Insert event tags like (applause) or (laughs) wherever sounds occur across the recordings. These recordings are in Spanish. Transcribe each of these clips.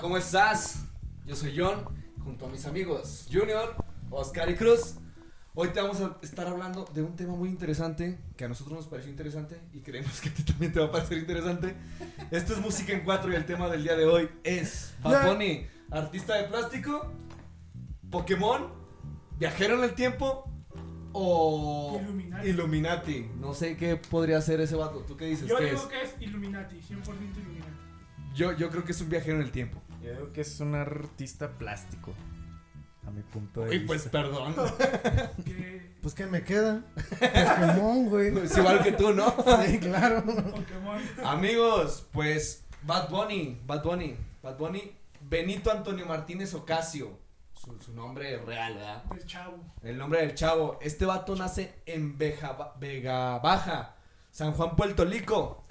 ¿Cómo estás? Yo soy John, junto a mis amigos Junior, Oscar y Cruz. Hoy te vamos a estar hablando de un tema muy interesante que a nosotros nos pareció interesante y creemos que a ti también te va a parecer interesante. Esto es Música en Cuatro y el tema del día de hoy es Paponi, artista de plástico, Pokémon, viajero en el tiempo o Illuminati. Illuminati. No sé qué podría ser ese vato. ¿Tú qué dices? Yo ¿Qué digo Este es? que es Illuminati, 100% (laughs) Illuminati. Yo, yo creo que es un viajero en el tiempo. Yo digo que es un artista plástico. A mi punto de Y vista. pues perdón. Que Pues que me queda. Pokémon, (laughs) güey. Es igual que tú, ¿no? Sí, claro. Pokémon. Amigos, pues Bad Bunny, Bad Bunny, Bad Bunny, Benito Antonio Martínez Ocasio, su, su nombre real, ¿verdad? Del chavo. El nombre del chavo. Este vato nace en Veja- Vega Baja, San Juan, Puerto Rico.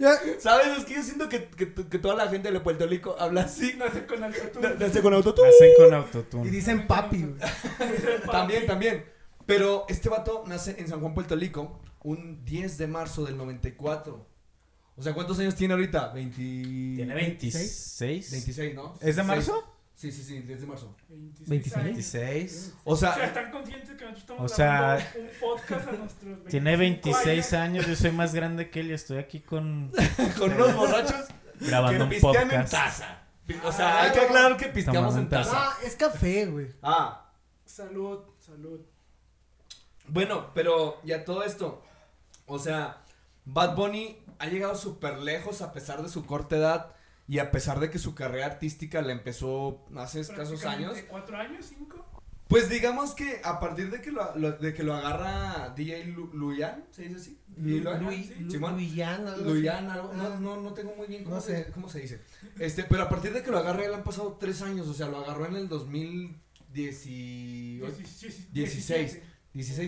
Ya, ¿Sabes? Es que yo siento que, que, que toda la gente de Puerto Rico habla así. Nace con altura. na- Nace con autotune. Nacen con y autotune. dicen papi, güey. También, también. Pero este vato nace en San Juan, Puerto Rico, un 10 de marzo del 94. O sea, ¿cuántos años tiene ahorita? 20... Tiene 26. 26, ¿no? ¿Es de 26. marzo? Sí, sí, sí, 10 de marzo. 26. años. 26. O O sea, (laughs) sea, (laughs) están conscientes que nosotros estamos O sea, grabando un podcast a nuestros 25 Tiene 26 años. años, yo soy más grande que él y estoy aquí con con unos borrachos que (laughs) grabando un pistean en podcast. taza. Pi- O Ah, sea, hay que aclarar que pisteamos tomando en en taza. taza. Ah, es café, güey. Ah, Salud, salud. bueno, pero ya todo esto. O sea, Bad Bunny ha llegado súper lejos a pesar de su corta edad y a pesar de que su carrera artística la empezó hace escasos años. ¿Cuatro años? ¿Cinco? Pues digamos que a partir de que lo, lo- de que lo agarra DJ Lu- Luyan, ¿se dice así? Luyan, Luis, Ah, sí, Simón. Luillana, algo así. Luyan, algo, no, no, no tengo muy bien cómo, No se, sé. cómo se dice. Este, pero a partir de que lo agarra, él han pasado tres años, o sea, lo agarró en el 2016, 16.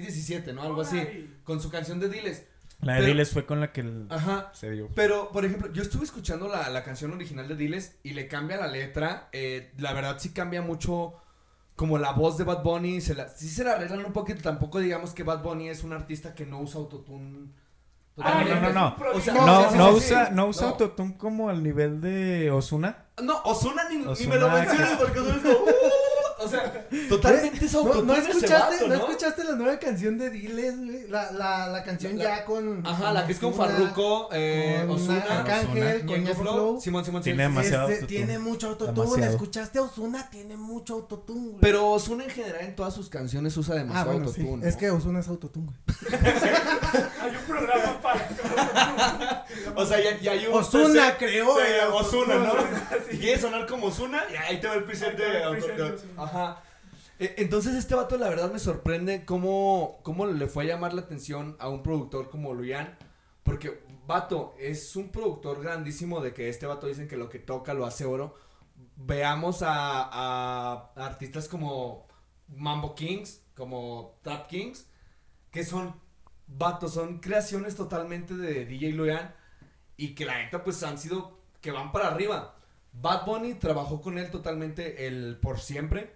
17, ¿no? Algo así, con su canción de Diles. La de Pero- Ah, Diles fue con la que el- Ajá. se dio. Pero, por ejemplo, yo estuve escuchando la, la canción original de Diles y le cambia la letra. eh, la verdad sí cambia mucho como la voz de Bad Bunny. Se la, sí se la arreglan un poquito. Tampoco digamos que Bad Bunny es un artista que no usa autotune. Ah, totalmente. no, no, no. O sea, No, sí, sí, no sí, usa, sí. no usa No. autotune como al nivel de Osuna. No, Osuna ni, ni me Ozuna, lo menciones porque Osuna es como. "Uh", o (laughs) sea, totalmente es No, autotune. ¿no ese escuchaste, vato, ¿no? escuchaste la nueva canción de Diles, güey. La, la, la canción La- ya con. Ajá, la que es con Ozuna, Farruko, eh, con Osuna, Arcángel, con Ñengo Flow. Simón, Simón, Tiene Simón. más- Demasiado Este, autotune. tiene mucho autotune. Demasiado. ¿Escuchaste a Osuna? Tiene mucho autotune, güey. Pero Osuna en general en todas sus canciones usa Ah, demasiado bueno, sí. autotune. Es ¿no? que Osuna es autotune, güey. Hay un programa para. (laughs) O sea, ya, ya hay un. Ozuna que. creó el autotune. Osuna, (laughs) ¿no? Si quieres sonar como Osuna, y ahí te va el preset Ahí te va de el preset de autotune. Ozuna. Ajá. E- Entonces este vato la verdad me sorprende cómo, cómo le fue a llamar la atención a un productor como Luyan. Porque, vato, es un productor grandísimo de que este vato dicen que lo que toca lo hace oro. Veamos a, a artistas como Mambo Kings, como Trap Kings, que son vatos, son creaciones totalmente de DJ Luyan y que la neta pues han sido que van para arriba. Bad Bunny trabajó con él totalmente el por siempre.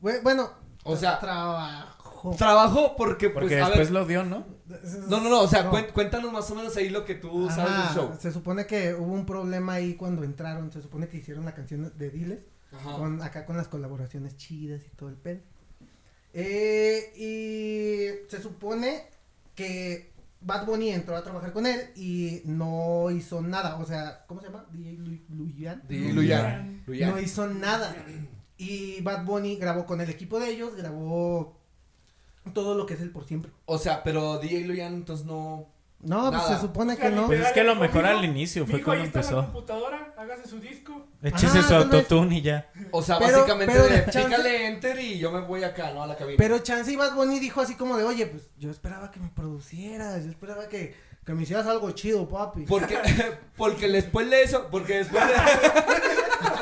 Güey, Bueno, O sea, trabajo. trabajó porque pues Porque a ver, después lo dio, ¿no? no, no, no, o sea, cuen- cuéntanos más o menos ahí lo que tú sabes del Ajá, show. Se supone que hubo un problema ahí cuando entraron. Se supone que hicieron la canción de Diles. Ajá. Con, acá con las colaboraciones chidas y todo el pedo. Eh, y se supone que Bad Bunny entró a trabajar con él y no hizo nada. O sea, ¿cómo se llama? DJ Lu- Luyan. DJ Luyan. Luyan. Luyan. No hizo nada. Y Bad Bunny grabó con el equipo de ellos, grabó todo lo que es el por siempre. O sea, pero DJ Luyan entonces no No, pues Nada. se supone que no. Pues es que a lo mejor al inicio fue Dijo, ahí cuando está la empezó. computadora, hágase su disco. Échese Ajá, su tal vez. autotune y ya. O sea, Pero- básicamente pero de de chance- pícale enter y yo me voy acá, ¿no? A la cabina. Pero Chance y Bad Bunny dijo así como de, oye, pues yo esperaba que me producieras, yo esperaba que, que me hicieras algo chido, papi. Porque, (laughs) porque después de eso, porque después de, (laughs)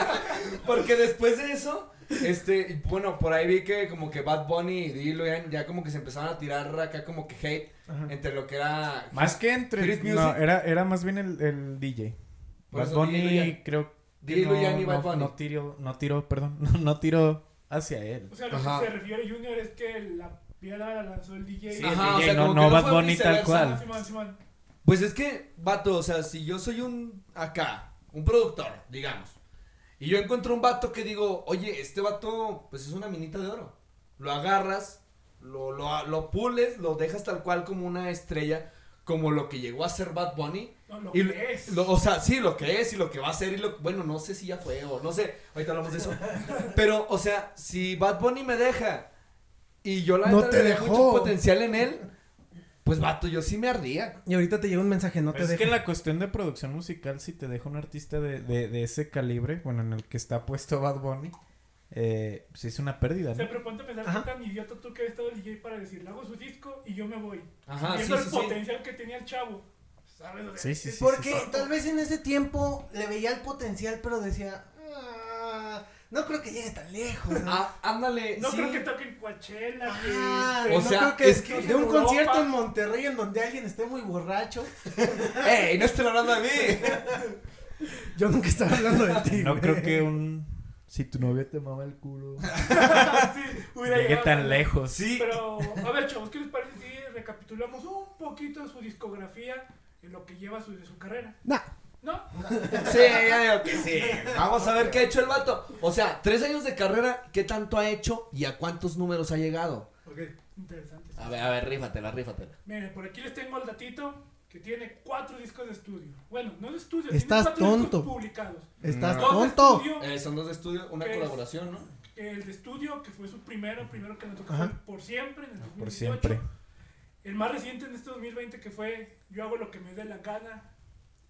porque después de eso, este, bueno, por ahí vi que como que Bad Bunny y DJ Luyan ya como que se empezaron a tirar acá como que hate Ajá. entre lo que era Más que entre. Chris No, Music. era, era más bien el, el DJ. Por Bad eso, DJ Luyan. Bunny, creo que DJ Luyan no, y Bad no- Bunny. No tiró, no tiró, perdón, (laughs) no, no tiró hacia él. O sea, lo Ajá. que se refiere Junior es que la piedra la lanzó el DJ. Sí, Ah, el Ajá, o DJ, sea, como no, que no no Bad fue Bunny tal viceversa, cual. Simón, Simón. Pues es que, vato, o sea, si yo soy un acá, un productor, digamos, Y yo encuentro un vato que digo, oye, este vato, pues es una minita de oro. Lo agarras, lo, lo, lo pules, lo dejas tal cual como una estrella, como lo que llegó a ser Bad Bunny. No, lo Y que lo- es. lo- o sea, sí, lo que es y lo que va a ser y lo bueno, no sé si ya fue o no sé, ahorita hablamos de eso. Pero o sea, si Bad Bunny me deja y yo la No neta te le veía dejó. mucho potencial en él, pues vato, yo sí me ardía. Y ahorita te llega un mensaje, no te es que dejes. en la cuestión de producción musical, si te deja un artista de, de, de ese calibre, bueno, en el que está puesto Bad Bunny, eh, pues es una pérdida, O sea, ¿no? pero ponte a pensar Ajá. qué tan idiota tú que eres todo el DJ para decir, le hago su disco y yo me voy. Ajá, sí, Viendo el sí, sí. potencial que tenía el chavo. ¿Sabes? O sea, Sí, sí, es- sí, Porque sí, sí. tal vez en ese tiempo le veía el potencial, pero decía, "Ah, no creo que llegue tan lejos. ¿no?". Ah, ándale, No sí. creo que toquen Coachella. Ajá, que- O no sea, creo que, es que- de un Europa. concierto en Monterrey en donde alguien esté muy borracho. ¡Ey! No estoy hablando de (laughs) mí. Yo nunca estaba hablando de (laughs) ti. No güey. creo que un... Si tu novia te mama el culo... (laughs) sí, hubiera Llegue llegado tan lejos. Sí. Pero, a ver, chavos, ¿qué les parece si recapitulamos un poquito su discografía en lo que lleva su, de su carrera? Nah. ¿No? Sí, ya digo que sí. Vamos a ver qué ha hecho el vato. O sea, tres años de carrera, ¿qué tanto ha hecho y a cuántos números ha llegado? Interesante. A ver, a ver, rífatela, rífatela. Miren, por aquí les tengo el datito que tiene cuatro discos de estudio. Bueno, no de estudio, Estás tiene cuatro discos tonto. publicados. Estás Dos de tonto. estudio, Eh, son dos de estudio, una ¿Qué es? colaboración, ¿no? el de estudio, que fue su primero, primero que nos tocó Ajá. Ah, fue Por Siempre, en el 2018. Por siempre. El más reciente en este 2020 que fue Yo hago lo que me dé la gana,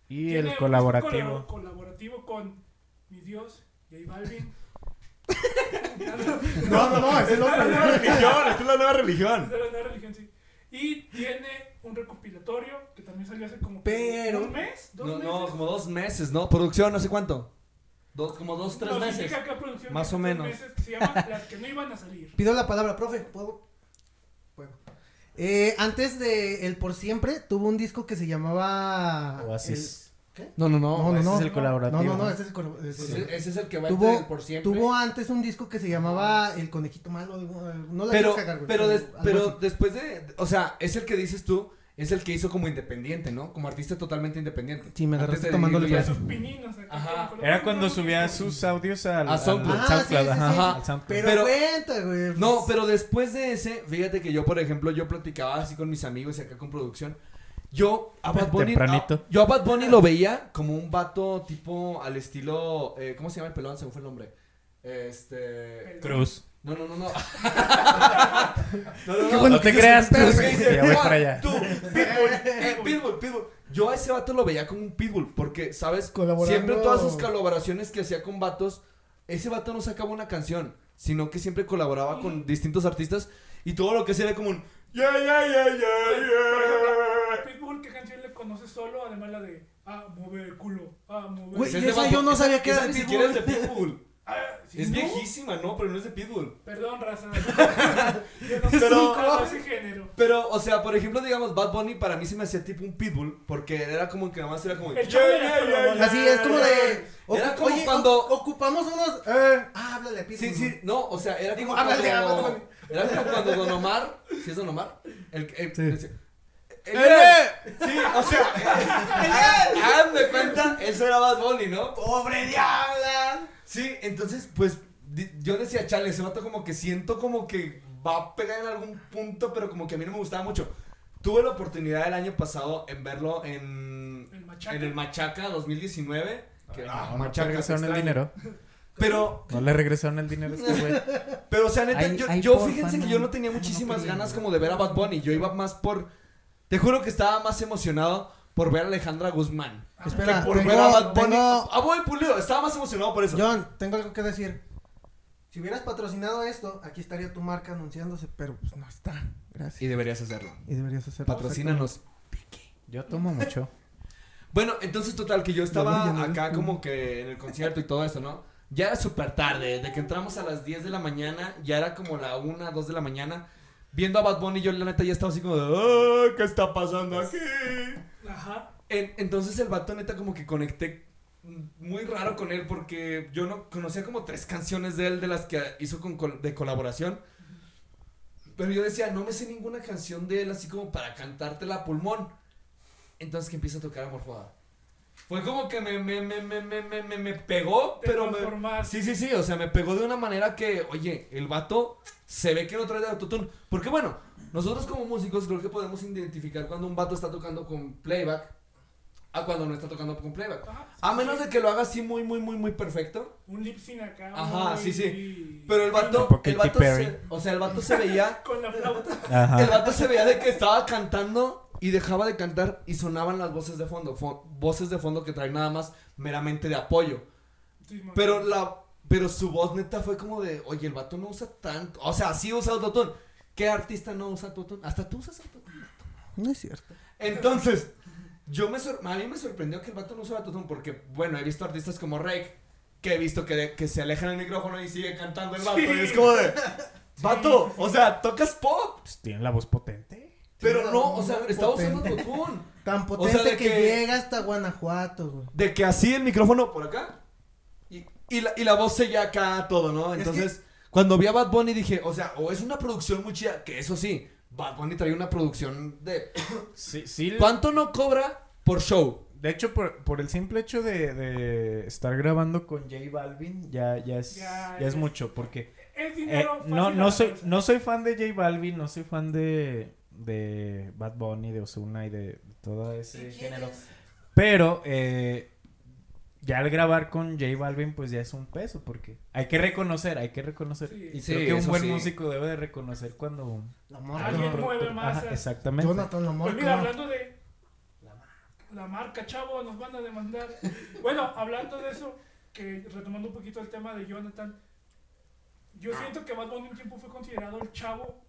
Y Tiene el un colabo- colaborativo. colaborativo con mi Dios, J Balvin. (laughs) No, no, no, es (laughs) el otro. religión, es la nueva religión. de la nueva religión, sí. Y tiene un recopilatorio que también salió hace como Pero- un mes, dos No, meses. no, como dos meses, ¿no? Producción, no sé cuánto. Dos, como dos, tres Nos meses. indica acá producción Más que o tres menos. meses, que se (laughs) llama Las que no iban a salir. Pido la palabra, profe. ¿Puedo? Puedo. Eh, antes de El Por Siempre, tuvo un disco que se llamaba. Oasis. No, no, no. No, no, ese no. es el colaborativo. No, no, no, ¿no? ese es el colab- ese- Ese, ese es el que va a Tuvo, entrar por siempre. Ah, tuvo antes un disco que se llamaba El Conejito Malo. algo- algo- No la pero, quiero cagar, güey, pero, des- algo pero así. después de, o sea, es el que dices tú, es el que hizo como independiente, ¿no? Como artista totalmente independiente. Sí, me Antes agarraste de tomándole dividirlo Tenía ya. sus pininos acá, Ajá. que me acuerdo. Era cuando subía sus audios al, A al- SoundCloud. al Ah, SoundCloud, sí, sí, ajá, sí. al SoundCloud. Pero, pero- cuenta, güey. No, pero después de ese, fíjate que yo, por ejemplo, yo platicaba así con mis amigos y acá con producción. Yo a Bad Bunny. Tempranito. a- yo a Bad Bunny lo veía como un vato tipo al estilo. eh, ¿Cómo se llama el pelón? Se me fue el nombre. Este. Cruz. No, no, (laughs) no, no. No, te creas, Cruz. Me dice, Ya voy "Juan, para allá. Tú, Pitbull, eh, Pitbull, Pitbull. Yo a ese vato lo veía como un Pitbull, porque, ¿sabes? Colaborando- Siempre todas sus colaboraciones que hacía con vatos, ese vato no sacaba una canción, sino que siempre colaboraba con distintos artistas y todo lo que hacía era como un... "Yeah, yeah, yeah, yeah, yeah". Pitbull, ¿qué canción le conoce solo? Además la de Ah, mover el culo. Ah, mover Güey, Pues y es de esa vato- yo no esa- sabía que esa era ni Pitbull. siquiera es de Pitbull. Ah, ¿sí, Es no? viejísima, ¿no? Pero no es de Pitbull. (laughs) Perdón, raza. Yo no soy Pero- ah, de ese género. Pero, o sea, por ejemplo, digamos, Bad Bunny para mí se me hacía tipo un pitbull, porque era como que nada más era como... El chavo era colaborador. Así es como de. Era ocu- como oye, cuando- o- ocupamos unos. eh, ah, háblale a Pitbull. Sí, sí, no, o sea, era como Digo, háblale a Bad cuando... Bunny. Era como cuando Don Omar, si es Don Omar, el... el, Sí. el- el- ¡Eh! Sí, o sea, hagan de cuenta, eso era Bad Bunny, ¿no? ¡Pobre diabla! Sí, entonces, pues, di- yo decía, chale, ese vato como que siento como que va a pegar en algún punto, pero como que a mí no me gustaba mucho. Tuve la oportunidad el año pasado en verlo en El machaca. en el Machaca 2019. Que, ah, No, no te Machaca, regresaron qué el extraño. dinero. Pero, No le regresaron el dinero a este güey. pero, o sea, neta, Ay, yo, ay, yo porfa, fíjense que no. yo no tenía No, no muchísimas quería. ganas como de ver a Bad Bunny. Yo iba más por. Te juro que estaba más emocionado por ver a Alejandra Guzmán. Espera, que por tengo- ver a Bad Bunny. tengo- A Boy Pulido, estaba más emocionado por eso. John, tengo algo que decir. Si hubieras patrocinado esto, aquí estaría tu marca anunciándose, pero pues no está. Gracias. Y deberías hacerlo. Y deberías hacerlo. Patrocínanos. Yo tomo mucho. Bueno, entonces total que yo Ya estaba no, ya Mm. no. acá como que en el concierto y todo eso, ¿no? Ya era súper tarde, de que entramos a las 10 de la mañana, ya era como la 1, 2 de la mañana, viendo a Bad Bunny, yo la neta ya estaba así como de, "Ah, ¿qué está pasando aquí? Ajá. En- entonces el vato neta como que conecté muy raro con él porque yo no conocía como tres canciones de él de las que hizo con col- de colaboración. Pero yo decía, no me sé ninguna canción de él así como para cantártela a pulmón. Entonces que empieza a tocar Amor Jugada. Fue como que me, me, me, me, me, me, me- me pegó, Te pero me... transformaste. Sí, sí, sí, o sea, me pegó de una manera que, oye, el vato se ve que no trae de autotune. Porque bueno, nosotros como músicos creo que podemos identificar cuando un vato está tocando con playback a cuando no está tocando con playback. Ajá, sí, A sí, menos sí. de que lo haga así muy, muy, muy, muy perfecto. Un lip sync acá. Ajá, muy- sí, sí. Pero el vato, Tipo el Katy vato Perry. Ah. se, o sea, el vato se veía Con la flauta. el Ajá. vato se veía de que estaba cantando y dejaba de cantar y sonaban las voces de fondo, fo- voces de fondo que traen nada más meramente de apoyo. Sí, mon. Pero la pero su voz neta fue como de, "Oye, el vato no usa tanto, o sea, sí usa autotune. ¿Qué artista no usa autotune? Hasta tú usas autotune." No es cierto. Entonces, yo me sor- a mí me sorprendió que el vato no usara autotune porque bueno, he visto artistas como Rake que he visto que, de- que se alejan el micrófono y sigue cantando el vato y es como de, "Vato, o sea, tocas pop." Pues tiene la voz potente. Pero Tiene no, una o sea, voz está usando potente. autotune. Tan sea, potente de que, que- llega hasta Guanajuato, güey. De que así el micrófono por acá. Y, y la, y la voz seguía acá todo, ¿no? Es Entonces, cuando vi a Bad Bunny dije, o sea, o es una producción muy chida, que eso sí, Bad Bunny trae una producción de... Sí, sí. ¿Cuánto no cobra por show? De hecho, por, por el simple hecho de, de estar grabando con J Balvin, ya, ya, es, Ya, ya es ya. mucho, porque Es eh, dinero. fácil no, a la no, soy, fuerza. no soy fan de J Balvin, no soy fan de, de Bad Bunny, de Ozuna y de todo ese género. Pero eh, ya al grabar con J Balvin, pues ya es un peso, porque hay que reconocer, hay que reconocer. Sí. Pues Y Sí, creo que un eso buen sí. músico debe de reconocer cuando un La Alguien marca. productor- mueve masas. Ajá, exactamente. Jonathan, la Pues mira, marca. hablando de la marca, chavo, nos van a demandar. Bueno, hablando de eso, que retomando un poquito el tema de Jonathan, Ah. yo siento que Bad Bunny un tiempo fue considerado el chavo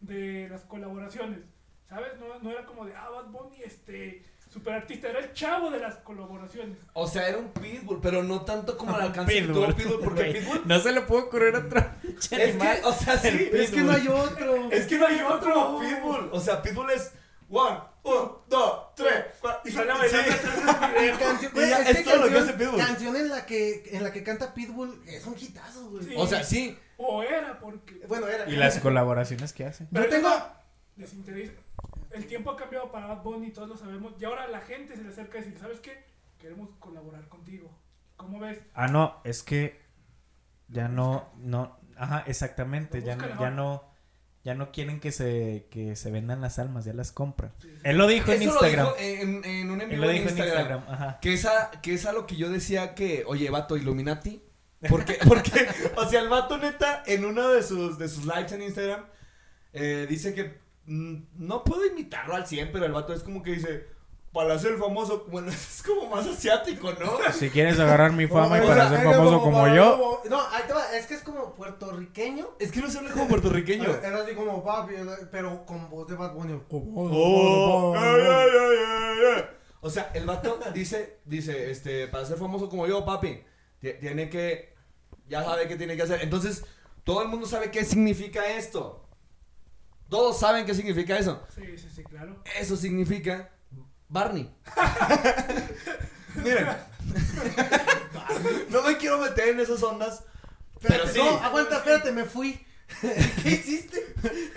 de las colaboraciones, ¿sabes? No, no era como de, ah, Bad Bunny, este, superartista, era el chavo de las colaboraciones. O sea, era un pitbull, pero no tanto como al alcance que Pitbull. tuvo pitbull, porque (laughs) Güey, pitbull... No se le puede ocurrir otro pinche Es animal. que, o sea, sí, El Uh. Es que no hay otro. es que no (laughs) hay otro como pitbull. O sea, pitbull es... One, uno, dos, tres, cuatro... Y sale bailando Sí. atrás del video. Canción- Y güey, ya, es que es todo lo que canción- hace Pitbull. Canción en la que en la que canta Pitbull es un hitazo, güey. Sí. O sea, sí, (laughs) O era porque Bueno, era. Y las colaboraciones que hace. Yo Pero tengo les interesa. El tiempo ha cambiado para Bad Bunny, todos lo sabemos. Y ahora la gente se le acerca y dice, ¿sabes qué? Queremos colaborar contigo. ¿Cómo ves? Ah, no, es que ya no, no, ajá, exactamente, Lo ya, buscan no- ya ahora. no, ya no quieren que se, que se vendan las almas, ya las compran. Sí, sí. Él lo dijo en Eso lo Instagram. dijo en, en un en Él vivo lo en dijo en Instagram. Instagram, (laughs) ajá. Que, esa, que es a lo que yo decía que, oye, vato, Illuminati. Porque, (laughs) porque o sea, el vato neta, en uno de sus, de sus lives en Instagram, eh, dice que mm, no puedo imitarlo al 100, pero el vato es como que dice, para ser famoso, bueno, (laughs) es como más asiático, ¿no? Pues Si quieres agarrar mi fama y O para sea, ser era famoso como para- yo, como- No, ahí te va, es que es como puertorriqueño. Es que no se habla como puertorriqueño. Era así como papi, pero con voz de Bad Bunny. Con voz de Oh, Bad ay, Bunny. ay, ay, ay, ay. O sea, el vato dice, dice, este, para ser famoso como yo, papi, ti- tiene que, ya sabe qué tiene que hacer. Entonces, todo el mundo sabe qué significa esto. Todos saben qué significa eso. Sí, sí, sí, claro. Eso significa Barney. (laughs) Miren, (laughs) no me quiero meter en esas ondas, pero Espérate, sí. No, aguanta, espérate, me fui. (laughs) ¿Qué hiciste?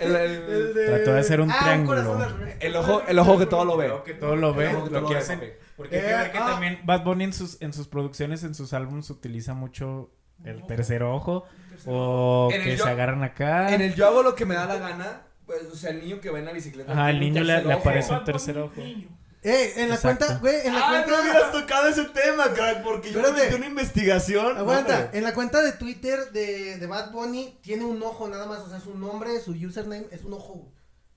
El, el- Trató de hacer un ah, triángulo. corazón al revés. el ojo, el ojo que todo lo ve. que todo lo ve, El ojo que todo lo que ve, hacen. papi. Porque hay que Eh, ver que ah. también Bad Bunny en sus, en sus producciones, en sus álbumes, utiliza mucho el Ojo. tercer ojo. Entonces, O En el que yo- se agarran acá. En el yo hago lo que me da la gana, pues, o sea, el niño que va en la bicicleta. Ajá, el tiene un niño le- tercer le ojo. aparece Bad un tercer Bunny, ojo. niño. Eh, en la Exacto. cuenta, güey, en la Ah, no cuenta. hubieras tocado ese tema, crack, porque yo Espérate. metí una investigación. Aguanta, No, hombre. en la cuenta de Twitter de, de Bad Bunny tiene un ojo nada más, o sea, su nombre, su username es un ojo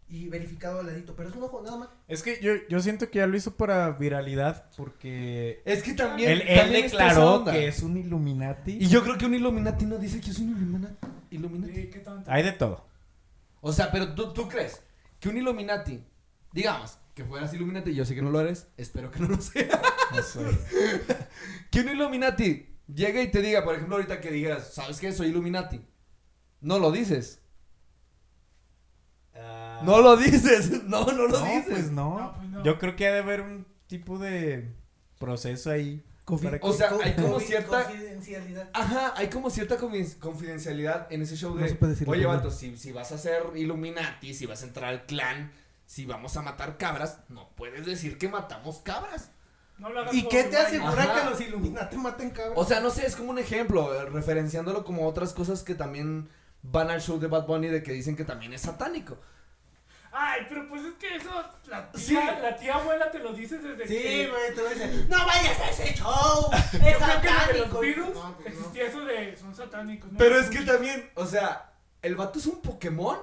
y verificado al ladito, pero es un ojo nada más. Es que yo, yo siento que ya lo hizo para viralidad porque Es que también. él, él también está esa declaró onda. que es un Illuminati. Y yo creo que un Illuminati no dice que es un Illuminati. Illuminati. Sí, ¿qué tanto? Hay de todo. O sea, pero tú, tú crees que un Illuminati, digamos, que fueras Illuminati, yo sé que no lo eres, espero que no lo (laughs) sea. No sé. Que un Illuminati llegue y te diga, por ejemplo, ahorita que digas, ¿sabes qué? Soy Illuminati. No lo dices. No lo dices. (laughs) No, no lo Ah. No, dices. pues no. No, pues no. Yo creo que ha de haber un tipo de proceso ahí. para que- O sea, hay como Confi- cierta- confidencialidad. Ajá, hay como cierta confiden- confidencialidad en ese show de. No se puede decir la Oye, palabra". vato, si, si vas a ser Illuminati, si vas a entrar al clan, si vamos a matar cabras, no puedes decir que matamos cabras. No lo hagas ¿Y por qué te Uruguay. asegura Ajá. que los Illuminati maten cabros? O sea, no sé, es como un ejemplo, eh, referenciándolo como otras cosas que también van al show de Bad Bunny de que dicen que también es satánico. Ay, pero pues es que eso, la tía, Sí. la tía abuela te lo dice desde Sí, que... eh, güey, tú dices, no vayas a ese (laughs) show, es Yo creo que desde los satánico. virus No, pues no. existía eso de son satánicos. ¿no? Pero es que también, o sea, el vato es un Pokémon.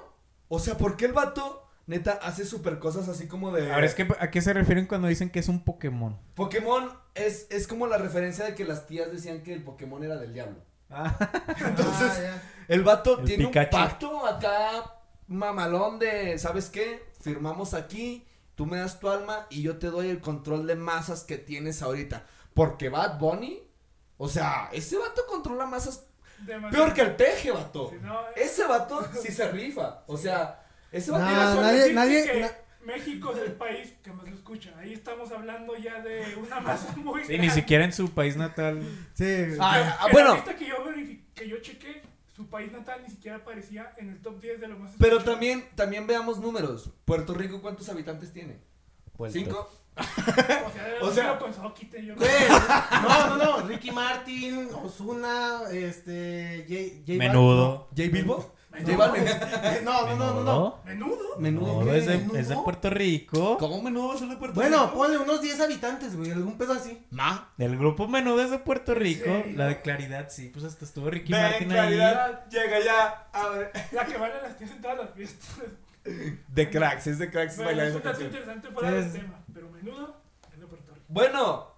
O sea, ¿por qué el vato neta hace super cosas así como de Ahora, es que, ¿a qué se refieren cuando dicen que es un Pokémon? Pokémon es es como la referencia de que las tías decían que el Pokémon era del diablo. Entonces, Ah, ya. el vato El tiene Pikachu. un pacto acá mamalón de, ¿sabes qué? Firmamos aquí, tú me das tu alma y yo te doy el control de masas que tienes ahorita. Porque Bad Bunny, o sea, ese vato controla masas Demasiado. peor que el peje, vato. Sí, no, eh. Ese vato sí se rifa, o sea, ese vato... No, Tienes razón, nadie- decir nadie- que na- México es el país que más lo escucha. Ahí estamos hablando ya de una (laughs) masa (laughs) muy Sí, grande. ni siquiera en su país natal. Sí, güey. Ah, ah, En la bueno, lista que yo, verifi- que yo chequé, su país natal ni siquiera aparecía en el top 10 de lo más pero escuchado. también, también veamos números. Puerto Rico, ¿cuántos habitantes tiene? pues, ¿Cinco? O sea, de O o sea- sea pensado, quite yo. Güey, Ah, no, no, no, Ricky Martin, Ozuna, este, pues, J, J Menudo. ¿J Bilbo? Menudo. ¿J Balvin? Balvin. (laughs) No, no, no, no, no. Menudo. Menudo. No, es de, ¿Menudo? es de Puerto Rico. ¿Cómo menudo va a ser de Puerto Bueno, Rico? ponle unos 10 habitantes, güey, algún pedo así. Ma. El grupo Menudo es de Puerto Rico. Sí. La de Claridad, sí. Pues hasta estuvo Ricky Ve, Martin ahí. claridad, llega ya. A ver. La que van a las tías en todas las fiestas. De cracks, es de cracks Bueno, bailar es esa un dato canción. interesante fuera del Es- tema. Pero menudo es de Puerto Rico. Bueno,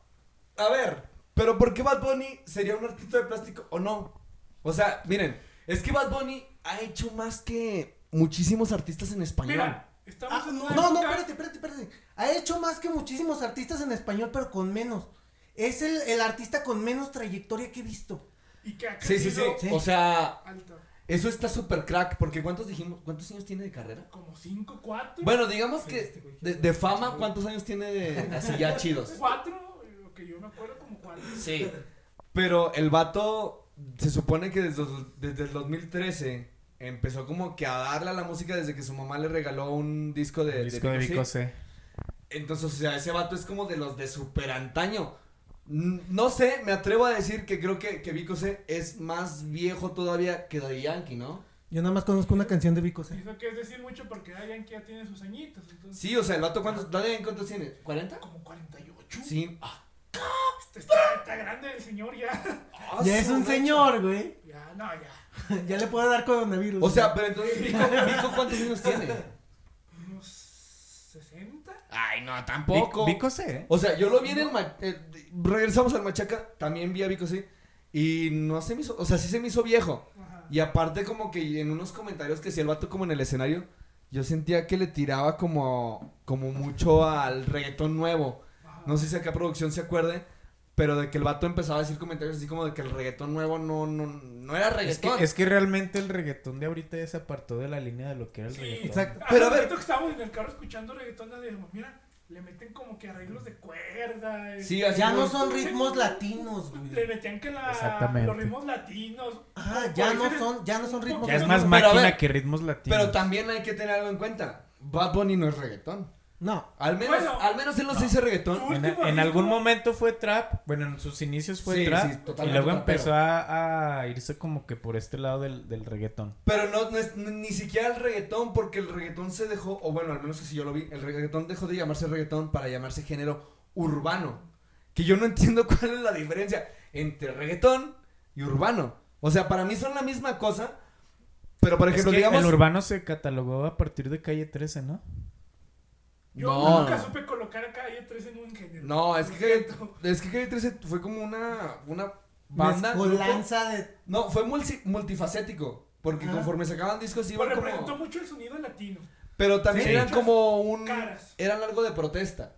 a ver, pero ¿por qué Bad Bunny sería un artista de plástico o no? O sea, miren, es que Bad Bunny ha hecho más que muchísimos artistas en español. Mira, estamos Ah, en no, una no, no, época- espérate, espérate, espérate. Ha hecho más que muchísimos artistas en español, pero con menos. Es el, el artista con menos trayectoria que he visto. Y que ha sí, sí, sí, crecido Sí. O sea, Alto. eso está súper crack, porque ¿cuántos dijimos? ¿Cuántos años tiene de carrera? Como 5, 4. Bueno, digamos que de, de fama, ¿cuántos años tiene de así ya chidos? 4, lo que yo me acuerdo, como 4. Sí. Pero el vato se supone que desde, los- desde el 2013 empezó como que a darle a la música desde que su mamá le regaló un disco de, de Disco de Vico Vico C. C. Entonces, o sea, ese vato es como de los de super antaño. N- No sé, me atrevo a decir que creo que, que Vico C es más viejo todavía que Daddy Yankee, ¿no? Yo nada más conozco una canción de Vico C. Eso que es decir mucho porque Dayan que ya tiene sus añitos. Entonces, Sí, o sea, el vato, ¿cuántos, Daddy Yankee cuántos tiene? ¿40? como 48. Sí. Ah, Este está, está grande el señor ya. (laughs) ah, Ya es su un gacho. señor, güey. Ya, no, ya. Ya le puedo dar coronavirus. O sea, pero entonces, Vico, Vico, ¿cuántos años tiene? Unos 60. Ay, no, Vico, Vico C, ¿eh? O sea, yo lo vi en el. ma- eh, regresamos al Machaca, también vi a Vico, sí. Y no se me hizo. O sea, sí se me hizo viejo. Ajá. Y aparte, como que en unos comentarios que si el vato como en el escenario, yo sentía que le tiraba como, como mucho al reggaetón nuevo. Ajá. No sé si acá producción se acuerde, pero de que el vato empezaba a decir comentarios así como de que el reggaetón nuevo no, no, no era Es que, reggaetón. es que realmente el reggaetón de ahorita ya se apartó de la línea de lo que era el Sí, reggaetón. exacto. Hace Pero a ver- ratito que estábamos en el carro escuchando reggaetón, nos dijimos, mira, le meten como que arreglos de cuerda. eh. Sí, así ya como- no son ritmos latinos, Le güey. metían que la, Exactamente. los ritmos latinos. Ah, Como ya por no decir, son, ya no son ritmos Ya es latinos. más Pero a máquina ver, que ritmos latinos. Pero también hay que tener algo en cuenta. Bad Bunny no es reggaetón. No. Al menos, Bueno. al menos él no se dice reggaetón. Tú- En, último en algún disco- momento fue trap, bueno, en sus inicios fue Sí, trap, sí, y totalmente luego trapero. empezó a, a irse como que por este lado del, del reggaetón. Pero no, no es ni- ni siquiera el reggaetón, porque el reggaetón se dejó, o bueno, al menos así yo lo vi, el reggaetón dejó de llamarse reggaetón para llamarse género urbano. Que yo no entiendo (laughs) cuál es la diferencia entre reggaetón y urbano. O sea, para mí son la misma cosa, pero por Es ejemplo, que digamos... el urbano se catalogó a partir de Calle 13, ¿no? Yo No. nunca supe colocar a Calle 13 en un género. No, es Lo que, siento. es que Calle 13 fue como una, una banda... grupo- Mezcolanza de. No, fue multi- multifacético, porque Ajá. conforme sacaban discos Pero iban representó como... mucho el sonido latino. Pero también Sí. eran como un... Caras. Eran algo de protesta.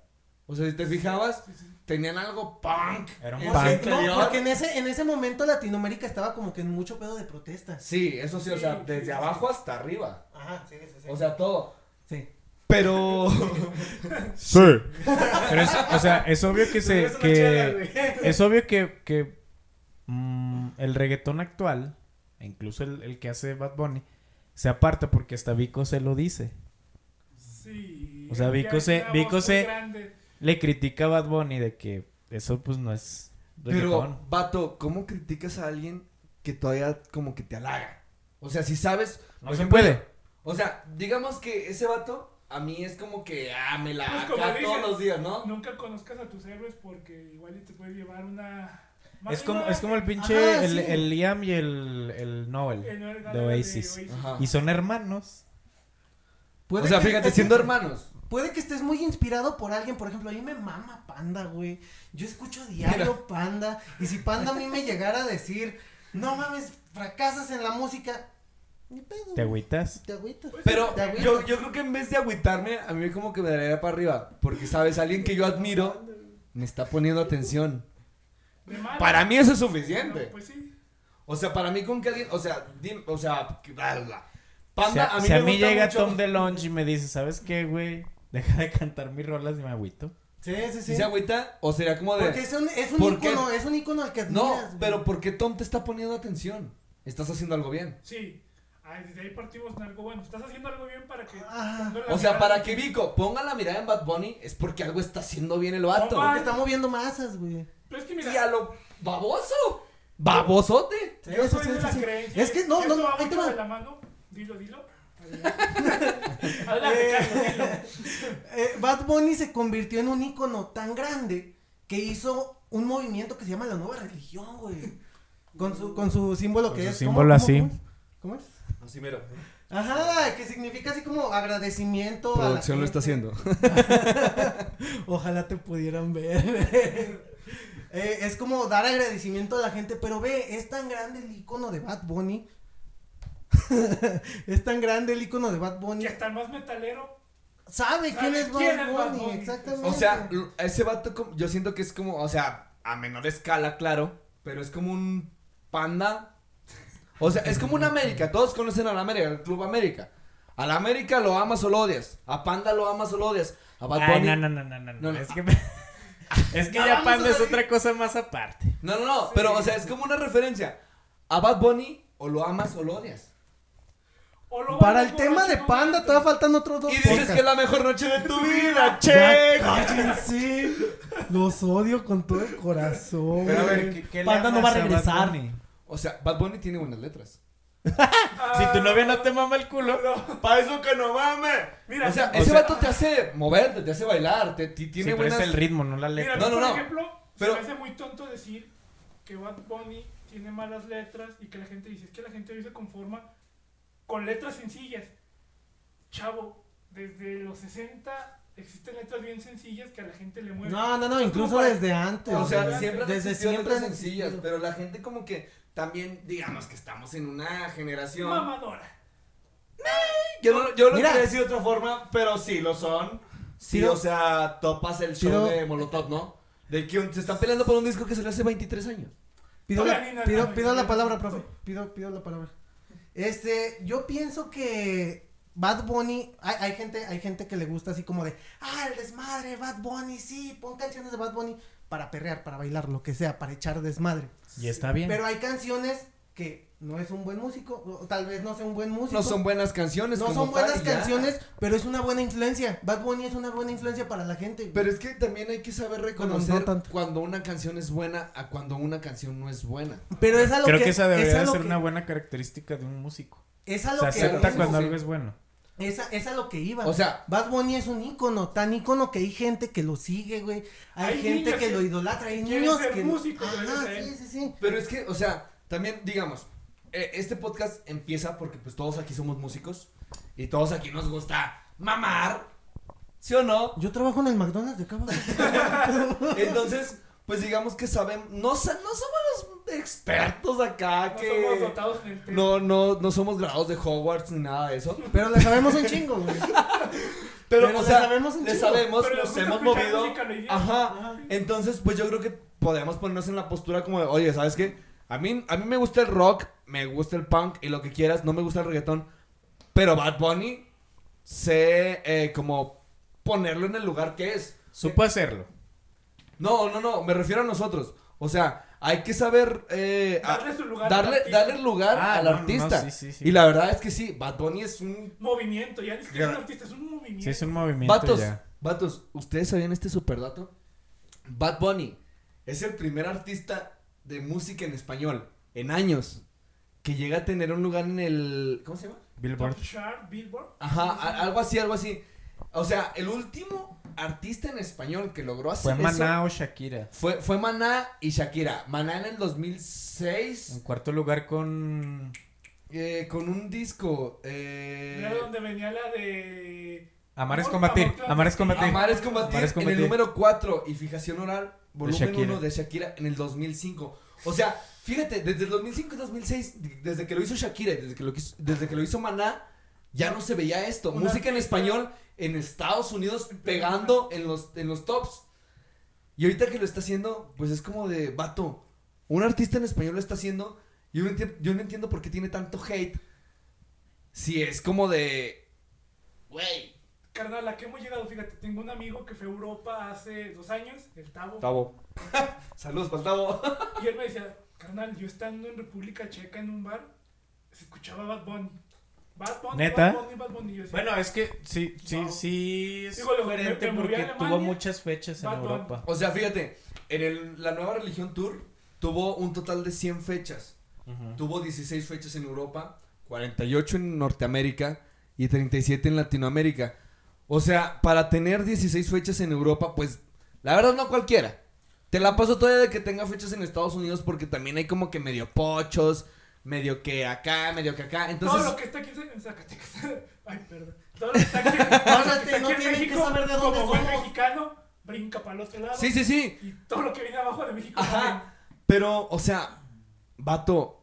O sea, si te fijabas, Sí, sí. tenían algo punk. Era un en su punk. Porque, interior. no, porque en ese, en ese momento Latinoamérica estaba como que en mucho pedo de protestas. Sí, eso sí, o sea, Sí, desde sí, abajo hasta arriba. Ajá, sí, sí, sí. O sea, todo. sí. Pero. (laughs) Sí. Pero es, o sea, es obvio (laughs) que se... que- es obvio que, que, mm, el reggaetón actual, e incluso el, el que hace Bad Bunny, se aparta porque hasta Vico se lo dice. Sí. O sea, Ya Vico es se- una Vico voz muy se- grande. Le critica a Bad Bunny de que eso pues no es Pero, reggaetón. vato, ¿cómo criticas a alguien que todavía como que te halaga? O sea, si sabes... No por se ejemplo, puede. O sea, digamos que ese vato a mí es como que, ah, me la Pues como acá dicen, todos los días, ¿no? Nunca conozcas a tus héroes porque igual y te puede llevar una. Es como, Máxima es como el pinche, Ajá, el, sí. el Liam y el, el Noel en el de galán Oasis. Ajá. Y son hermanos. O sea, fíjate, siendo hermanos. Puede que estés muy inspirado por alguien, por ejemplo, a mí me mama Panda, güey. Yo escucho diario Panda y si Panda a mí me llegara a decir, "No mames, fracasas en la música." Ni pedo. ¿Te güey, agüitas? Te agüitas. Pues, Pero Te agüitas. yo, yo creo que en vez de agüitarme, a mí como que me daría para arriba. Porque, ¿sabes? Alguien que yo admiro me está poniendo atención. De malas. Para mí eso es No, suficiente. pues sí. O sea, para mí con que alguien, o sea, dim- o sea, que- bla, bla, bla. Panda, si a, a mí si me a mí gusta llega mucho- Tom DeLonge y me dice, ¿sabes qué, güey? Deja de cantar mis rolas y me agüito. Sí, sí, ¿Sí sí. se agüita? ¿O sería como de...? Porque es un es un ¿Por qué? ícono, es un ícono al que admiras. No, güey. pero ¿por qué Tom te está poniendo atención? Estás haciendo algo bien. Sí. Ay, desde ahí partimos en algo bueno. Estás haciendo algo bien para que. Ah. no la O sea, mirada- para que Vico ponga la mirada en Bad Bunny es porque algo está haciendo bien el vato. No, Porque está moviendo masas, güey. Pero es que y a mira. lo baboso. Babosote. Yo Sí, soy sí, de sí, la sí. creencia. Es que no, esto no, no, va ahí te mucho va. de la mano. Dilo, (laughs) dilo. Adelante. Adelante, Carlos, dilo. Eh, Bad Bunny se convirtió en un ícono tan grande que hizo un movimiento que se llama la nueva religión, güey. Con su, con su símbolo Con que su es. símbolo así. ¿cómo, es? ¿Cómo es? Así mero. Ajá, que significa así como agradecimiento. a la Producción lo está gente. haciendo. Ojalá te pudieran ver. (laughs) Eh, es como dar agradecimiento a la gente, pero ve, es tan grande el icono de Bad Bunny. (laughs) es tan grande el icono de Bad Bunny. Y hasta el más metalero. Sabe quién sabe es Bad quién es Bad Bunny, Bunny. exactamente. O sea, lo- ese vato como- yo siento que es como, o sea, a menor escala, claro, pero es como un panda. O sea, es como un América, todos conocen al América, al Club América. Al América lo amas o lo odias, a Panda lo amas o lo odias, a Bad Ay, Bunny- no, no, no, no, No, no, no. no. Es que, (laughs) es que ya Vamos a Panda es ver. otra cosa más aparte. No, no, no, pero o sea, es como una referencia. A Bad Bunny o lo amas o lo odias. O lo Para van el tema borracho de en un Panda momento. todavía faltan otros dos Y dices podcasts. que es la mejor noche de tu vida, che. Ya, Cállense. Los odio con todo el corazón. Pero a güey. ver, ¿qué- qué le Panda no va amas a a Bad regresar. Bunny? O sea, Bad Bunny tiene buenas letras. Ah, Si tu novia no te mama el culo, Para eso que no mames. Mira, o sea, o ese sea- vato te hace moverte, te hace bailar, te, ti- tiene sí, pero buenas... es el ritmo, no la Mira, No, letra. no, no, no. por ejemplo, Pero- se me hace muy tonto decir que Bad Bunny tiene malas letras y que la gente dice, es que la gente hoy se conforma con letras sencillas. Chavo, desde los 60 existen letras bien sencillas que a la gente le mueven. No, no, no, incluso Como para- desde antes. O sea, güey. siempre han desde existido siempre letras han sencillas, existido. pero la gente como que también, digamos que estamos en una generación... Mamadora. Yo no, yo no Mira. quería decir de otra forma, pero sí lo son. Sí, Pero- o sea, topas el show pero- de Molotov, ¿no? De que un- se están peleando por un disco que salió hace 23 años. Pido Hola, la, Nina, pido- dame, pido la dame. palabra, profe. Pido, pido la palabra. Este, yo pienso que Bad Bunny, hay, hay gente, hay gente que le gusta así como de, ah, el desmadre, Bad Bunny, sí, pon canciones de Bad Bunny para perrear, para bailar, lo que sea, para echar desmadre. Y está bien. Pero hay canciones que no es un buen músico, o tal vez no sea un buen músico. No son buenas canciones. pues. No como son tal, buenas y ya. canciones, pero es una buena influencia. Bad Bunny es una buena influencia para la gente. güey. Pero es que también hay que saber reconocer Bueno, no tanto. cuando una canción es buena a cuando una canción no es buena. Pero es a lo Creo que, que esa es a debería lo ser que- una buena característica de un músico. es a lo Se que acepta sí, cuando sí. algo es bueno. es, a, es a lo que iba. O sea, Bad Bunny es un ícono, tan ícono que hay gente que lo sigue, güey. Hay, Hay gente niños que que lo idolatra, hay quieren niños ser que músicos Ajá, gracias a sí, él. sí, sí. pero es que, o sea, también digamos, eh, este podcast empieza porque pues todos aquí somos músicos y todos aquí nos gusta mamar, ¿sí o no? (laughs) Yo trabajo en el McDonald's de Cabo. Entonces, pues digamos que sabemos, no, sa- no somos los expertos acá, No somos que dotados en el tema. no, no, no somos grados de Hogwarts ni nada de eso. Pero le sabemos un chingo, güey. Pero, Pero o le sea, sabemos un le chingo. sabemos, Pero nos nos gusta hemos escuchar movido. música, la idea. Ajá. Ajá. Entonces, pues yo creo que podemos ponernos en la postura como de, oye, ¿sabes qué? A mí, a mí me gusta el rock, me gusta el punk y lo que quieras, no me gusta el reggaetón. Pero Bad Bunny sé eh, como ponerlo en el lugar que es. Supo hacerlo. No, no, no, me refiero a nosotros. O sea, hay que saber eh, a- Darle su lugar darle, al artista. darle el lugar Ah, al no, no, artista. sí, sí, sí. Y la verdad es que sí, Bad Bunny es un... Movimiento, ya ni siquiera es un artista, es un movimiento. Sí, es un movimiento Vatos, ya. vatos, ¿ustedes sabían este superdato? Bad Bunny Es el primer artista de música en español en años que llega a tener un lugar en el. ¿Cómo se llama? Billboard. Top Chart, Billboard. Ajá, a- algo así, algo así. O sea, el último artista en español que logró hacer Fue eso Maná o Shakira. Fue, fue Maná y Shakira. Maná en el 2006 En cuarto lugar con. eh, con un disco. Eh, Era donde venía la de. Amar es No, combatir. amor, claro, Amar es sí. combatir. Amar es combatir, Amar es en combatir. el número 4 y Fijación Oral, volumen Shakira. 1 de Shakira en el 2005. O sea, fíjate, desde el 2005 y 2006, di- desde que lo hizo Shakira, y desde que lo, quiso- desde que lo hizo Maná, ya no se veía esto. Una Música en artista- español en Estados Unidos pegando en los, en los tops. Y ahorita que lo está haciendo, pues es como de, vato, un artista en español lo está haciendo, yo no, enti- yo no entiendo por qué tiene tanto hate. Si es como de... Güey. Carnal, ¿a qué hemos llegado? Fíjate, tengo un amigo que fue a Europa hace dos años, el Tavo. Tavo. (laughs) Saludos para Tavo. Y él me decía, carnal, yo estando en República Checa en un bar, se escuchaba Bad Bunny. Bad Bunny, ¿Neta? Bad Bunny, Bad Bunny. Yo decía, Bueno, es que sí, sí, Wow. sí es Digo, lo- me- diferente me moví a porque Alemania, tuvo muchas fechas en Bad Bunny. Europa. O sea, fíjate, en el- la nueva religión tour tuvo un total de 100 fechas. Ujú. Tuvo 16 fechas en Europa, 48 en Norteamérica y 37 en Latinoamérica. O sea, para tener 16 fechas en Europa, pues la verdad no cualquiera. Te la paso todavía de que tenga fechas en Estados Unidos porque también hay como que medio pochos, medio que acá, medio que acá. Entonces, todo lo que está aquí en Zacatecas. (laughs) Ay, perdón. Todo lo que está aquí, todo lo que está (laughs) no aquí en tienen que México, saber de dónde como buen somos. mexicano, brinca para el otro lado. sí, sí, sí. Y todo lo que viene abajo de México. Ajá. Pero, o sea, vato.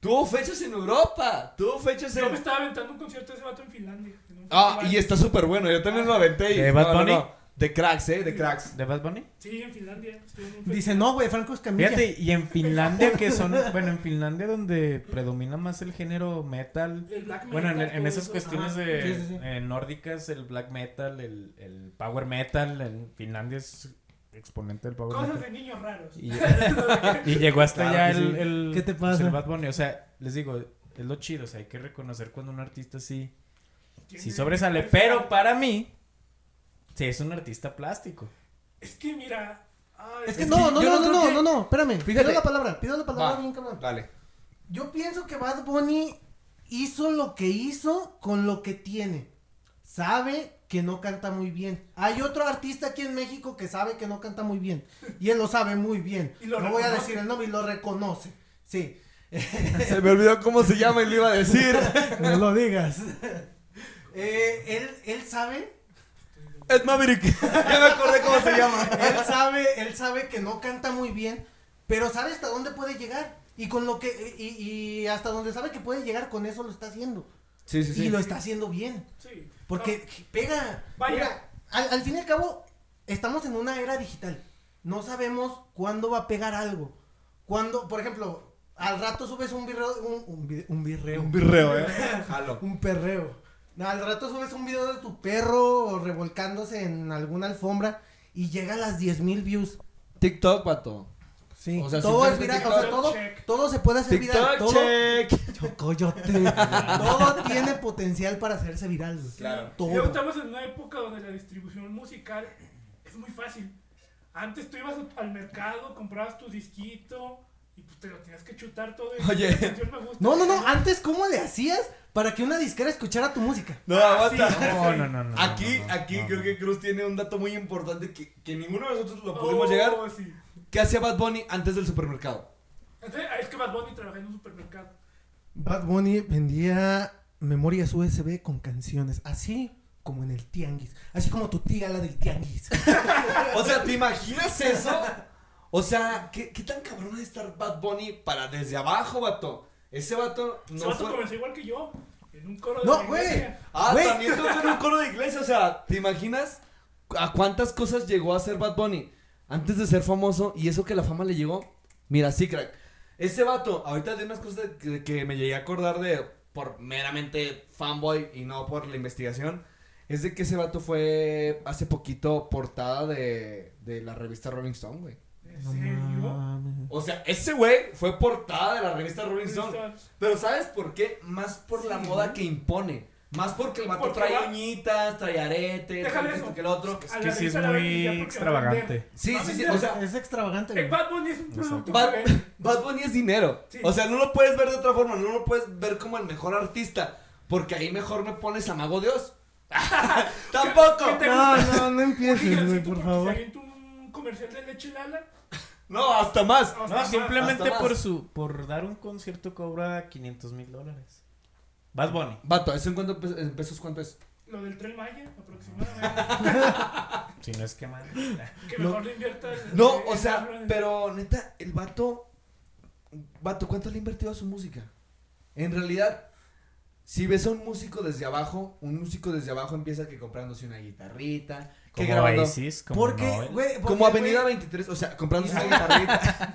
Tuvo fechas en Europa. Tuvo fechas también. Yo me en. estaba aventando un concierto de ese vato en Finlandia. en un Ah, festival. y está súper bueno. Yo también lo aventé. Y... ¿De Bad no, no, Bunny? no. De cracks, eh. De cracks. ¿De Bad Bunny? Sí, en Finlandia. estuve en un Dice, no, güey, Franco Escamilla. Fíjate, y en Finlandia que son, (laughs) bueno, en Finlandia donde predomina más el género metal, festival. El black bueno, en, metal, en todo esas eso. cuestiones Ajá. de Sí, sí, sí. eh, nórdicas, el black metal, el, el power metal, en Finlandia es exponente del (laughs) power Cosas metal. de niños raros. (laughs) Y, y llegó hasta Claro allá que el, sí. el- ¿Qué te pues, pasa? el Bad Bunny, o sea, les digo, es lo chido, o sea, hay que reconocer cuando un artista sí, sí Tiene- sobresale, pero para mí, sí es un artista plástico. Es que mira. ay, Es que Es no, que no, yo no no, no, creo no, que- no, no, espérame. Fíjate. Pido la palabra, pido la palabra Va. bien, cabrón. (laughs) Dale. Yo pienso que Bad Bunny hizo lo que hizo con lo que tiene. Sabe que no canta muy bien. Hay otro artista aquí en México que sabe que no canta muy bien. Y él lo sabe muy bien. (laughs) Y lo no voy a reconoce. decir el nombre y lo reconoce. Sí. Se me olvidó cómo se llama y lo iba a (laughs) decir. No lo digas. (laughs) Eh, él, él sabe, Ed Maverick. (laughs) ya me acordé cómo se llama. (laughs) él sabe, él sabe que no canta muy bien, pero sabe hasta dónde puede llegar. Y con lo que, y, y hasta donde sabe que puede llegar, con eso lo está haciendo. Sí, sí, Y sí. lo está haciendo bien. Sí. Porque pega. Vaya. Mira, al, al fin y al cabo, estamos en una era digital. No sabemos cuándo va a pegar algo. Cuando, por ejemplo, al rato subes un video, un, un, vide- un virreo, Un birreo, (laughs) eh. Jalo. un perreo. Al rato subes un video de tu perro revolcándose en alguna alfombra y llega a las 10.000 mil views. TikTok, pato. Sí, O sea, todo es simplemente viral, o sea, TikTok todo, check. todo se puede hacer viral. TikTok Todo, check. Chocoyote. todo tiene potencial para hacerse viral. güey. Claro. Y luego Todo. estamos en una época donde la distribución musical es muy fácil. Antes tú ibas al mercado, comprabas tu disquito y pues te lo tenías que chutar todo. y Oye. la canción me gusta. No, no, no. Antes, ¿cómo le hacías para que una disquera escuchara tu música? No, Ah, sí. aguanta. No, no, no, no. Aquí, no, no, aquí no, creo no. que Cruz tiene un dato muy importante que, que ninguno de nosotros lo Oh, pudimos llegar. sí. ¿Qué hacía Bad Bunny antes del supermercado? Entonces, es que Bad Bunny trabajaba en un supermercado. Bad Bunny vendía memorias USB con canciones, así como en el tianguis, así como tu tía la del tianguis. O sea, ¿te imaginas eso? O sea, ¿qué, qué tan cabrón ha de estar Bad Bunny para desde abajo, vato? Ese vato no Ese vato fue... comenzó igual que yo, en un coro de No, la iglesia. Ah, Güey. también tocó en un coro de iglesia, o sea, ¿te imaginas a cuántas cosas llegó a ser Bad Bunny antes de ser famoso y eso que la fama le llegó? Mira, sí, crack. Ese vato, ahorita de unas cosas que, que me llegué a acordar de por meramente fanboy y no por la investigación, es de que ese vato fue hace poquito portada de, de la revista Rolling Stone, güey. ¿En serio? O sea, ese güey fue portada de la revista Rolling Stone. Pero ¿sabes por qué? Más por la Sí, moda ¿no? que impone. Más porque el vato Porque trae va- uñitas, trae aretes, Déjale trae esto eso. que el otro. A la que sí es revista la muy beneficia porque extravagante. Sí, Va a sí, sí, vender. o sea, es extravagante, vende. El güey. Bad Bunny es un producto Bad, que vende. (laughs) Bad Bunny es dinero. Sí. O sea, no lo puedes ver de otra forma, no lo puedes ver como el mejor artista. Porque ahí mejor me pones a Mago (laughs) Dios. (laughs) Tampoco. ¿Qué te- (laughs) No, no, no Un empieces, güey, gigancito por porque favor. se avienta un comercial de leche Lala. No, hasta más. hasta No, más. simplemente Hasta más. por su por dar un concierto cobra 500 mil dólares. Bad Bunny. Vato, ¿eso en, cuánto pe- en pesos cuánto es? Lo del Tren Maya, aproximadamente. Si no es (laughs) que mal. que No. mejor le invierta. en- No, en- o en- sea, en- pero neta, el vato. Vato, ¿cuánto le ha invertido a su música? En realidad, si ves a un músico desde abajo, un músico desde abajo empieza que comprándose una guitarrita, que Como grabando. Eh, Oasis, como Porque, Noel. güey, porque, Como Avenida güey, 23, o (laughs) sea, comprándose una guitarrita,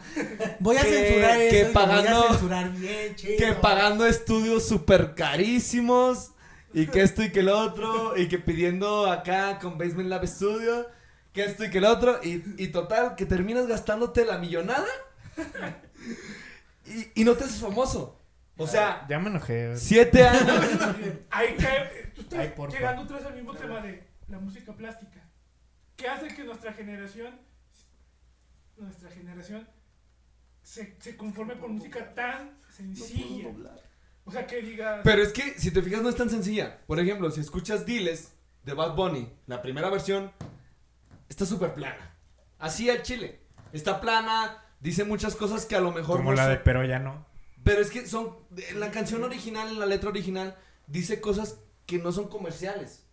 Voy a que- censurar que eso. y lo Voy pagando- a censurar bien, chido. que pagando estudios súper carísimos, y que esto y que el otro, y que pidiendo acá con Basement Lab Studio, que esto y que el otro, y, y total, que terminas gastándote la millonada y, y no te haces famoso. O sea, ya me enojé. siete años. Ahí cae. Tú estás Ay, porfa. llegando atrás al mismo tema de la música plástica. ¿Qué hace que nuestra generación. Nuestra generación. Se, se conforme con música tan sencilla. O sea, que diga. Pero es que, si te fijas, no es tan sencilla. Por ejemplo, si escuchas Diles de Bad Bunny, la primera versión, está súper plana. Así al chile. Está plana, dice muchas cosas que a lo mejor... Como no la son- de Pero ya no. Pero es que son... En la canción original, en la letra original, dice cosas que no son comerciales.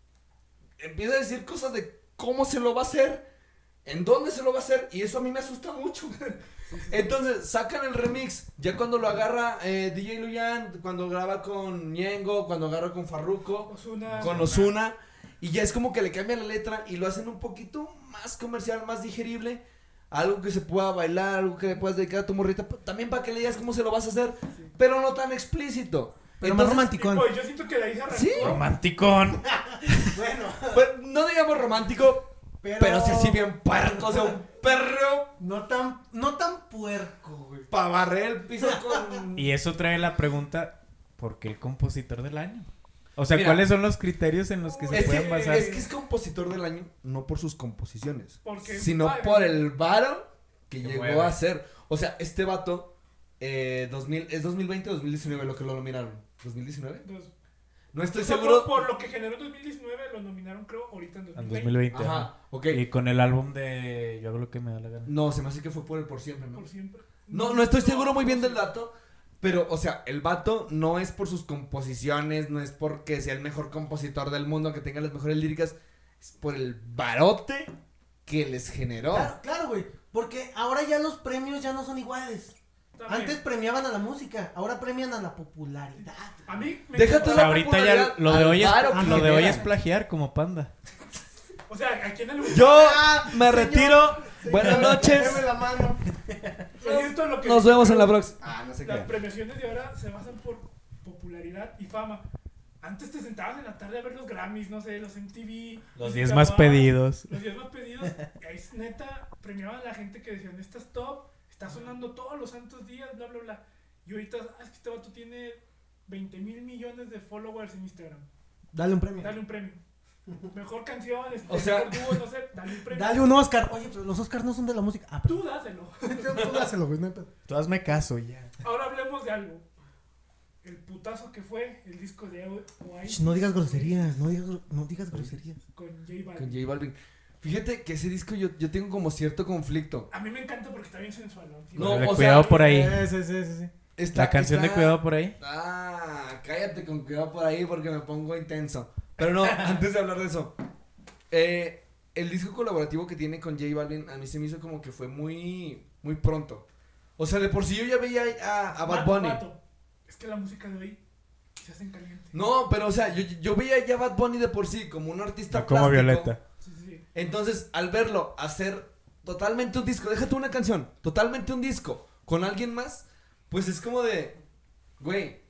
Empieza a decir cosas de cómo se lo va a hacer, en dónde se lo va a hacer, y eso a mí me asusta mucho. (laughs) Entonces, sacan el remix. Ya cuando lo agarra eh, DJ Luyan, cuando graba con Ñengo, cuando agarra con Farruko, Ozuna, con Ozuna, y ya es como que le cambian la letra y lo hacen un poquito más comercial, más digerible. Algo que se pueda bailar, algo que le puedas dedicar a tu morrita, pa- también para que le digas cómo se lo vas a hacer, pero no tan explícito. Pero más Entonces, tipo, romanticón. yo siento que de ahí se arrancó. Sí. Romanticón. Bueno, pues, no digamos romántico, pero. pero, sí así bien puerco, o sea, un perro No tan, no tan puerco, güey. para barrer el piso (laughs) con... Y eso trae la pregunta, ¿por qué el compositor del año? O sea, Mira. ¿cuáles son los criterios en los que se Es pueden que, basar? es que es compositor del año, no por sus composiciones, Porque sino pagan. por el varo que, Que llegó mueve. a ser. O sea, este vato, eh, 2000, ¿es 2020 o 2019 lo que lo nominaron? ¿2019? Entonces, No estoy o sea, seguro. por, por lo que generó en 2019, lo nominaron, creo, ahorita en En 2020. 2020. ajá. Ajá, ok. Y con el álbum de Yo hago lo que me da la gana. No, se me hace que fue por el por siempre, ¿no? Por siempre. No, no estoy seguro muy bien del dato. Pero, o sea, el vato no es por sus composiciones, no es porque sea el mejor compositor del mundo, que tenga las mejores líricas, es por el barote que les generó. Claro, claro, güey. Porque ahora ya los premios ya no son iguales. También. Antes premiaban a la música, ahora premian a la popularidad. A mí me Deja o tú O sea, sea, la ahorita ya popularidad lo de al hoy es, varo que lo de hoy generan. es plagiar como panda. O sea, aquí en el Yo me señor, retiro. Buenas noches. Deme la mano. esto es lo que Nos vemos en la próxima. Ah, Las premiaciones de ahora se basan por popularidad y fama. Antes te sentabas en la tarde a ver los Grammys, no sé, los MTV. Los Music 10 más Awards, pedidos. Los 10 más pedidos. Y ahí neta premiaban a la gente que decían, esta es top, está sonando todos los santos días, bla, bla, bla. Y ahorita, ah, es que este vato tiene 20 mil millones de followers en Instagram. Dale un premio. Dale un premio. Mejor canción, este, O sea- mejor dúo, no sé, dale un premio. Dale un Oscar. Oye, pero los Oscars no son de la música. Ah, (laughs) Tú dáselo. tú dáselo, güey. No hay pedo. Tú hazme caso ya. Ahora hablemos de algo. El putazo que fue el disco de Oasis Sh, no digas groserías, no digas, gro- no digas groserías. Con J Balvin. Con J Balvin. Fíjate que ese disco yo, yo tengo como cierto conflicto. A mí me encanta porque está bien sensual. ¿no? No, de o sea, eh, cuidado por ahí. sí, sí, sí, sí. Está- La canción de está- cuidado por ahí. Ah, cállate con cuidado por ahí porque me pongo intenso. Pero no, (laughs) antes de hablar de eso. eh, el disco colaborativo que tiene con J Balvin a mí se me hizo como que fue muy, muy pronto. O sea, de por sí yo ya veía a, a Bad Vato, Bunny. vato, Es que la música de hoy se hace en caliente. No, pero o sea, yo, yo veía ya a Bad Bunny de por sí como un artista No como plástico. Violeta. Sí, sí, sí. Entonces, al verlo hacer totalmente un disco, déjate una canción, totalmente un disco con alguien más, pues es como de, güey,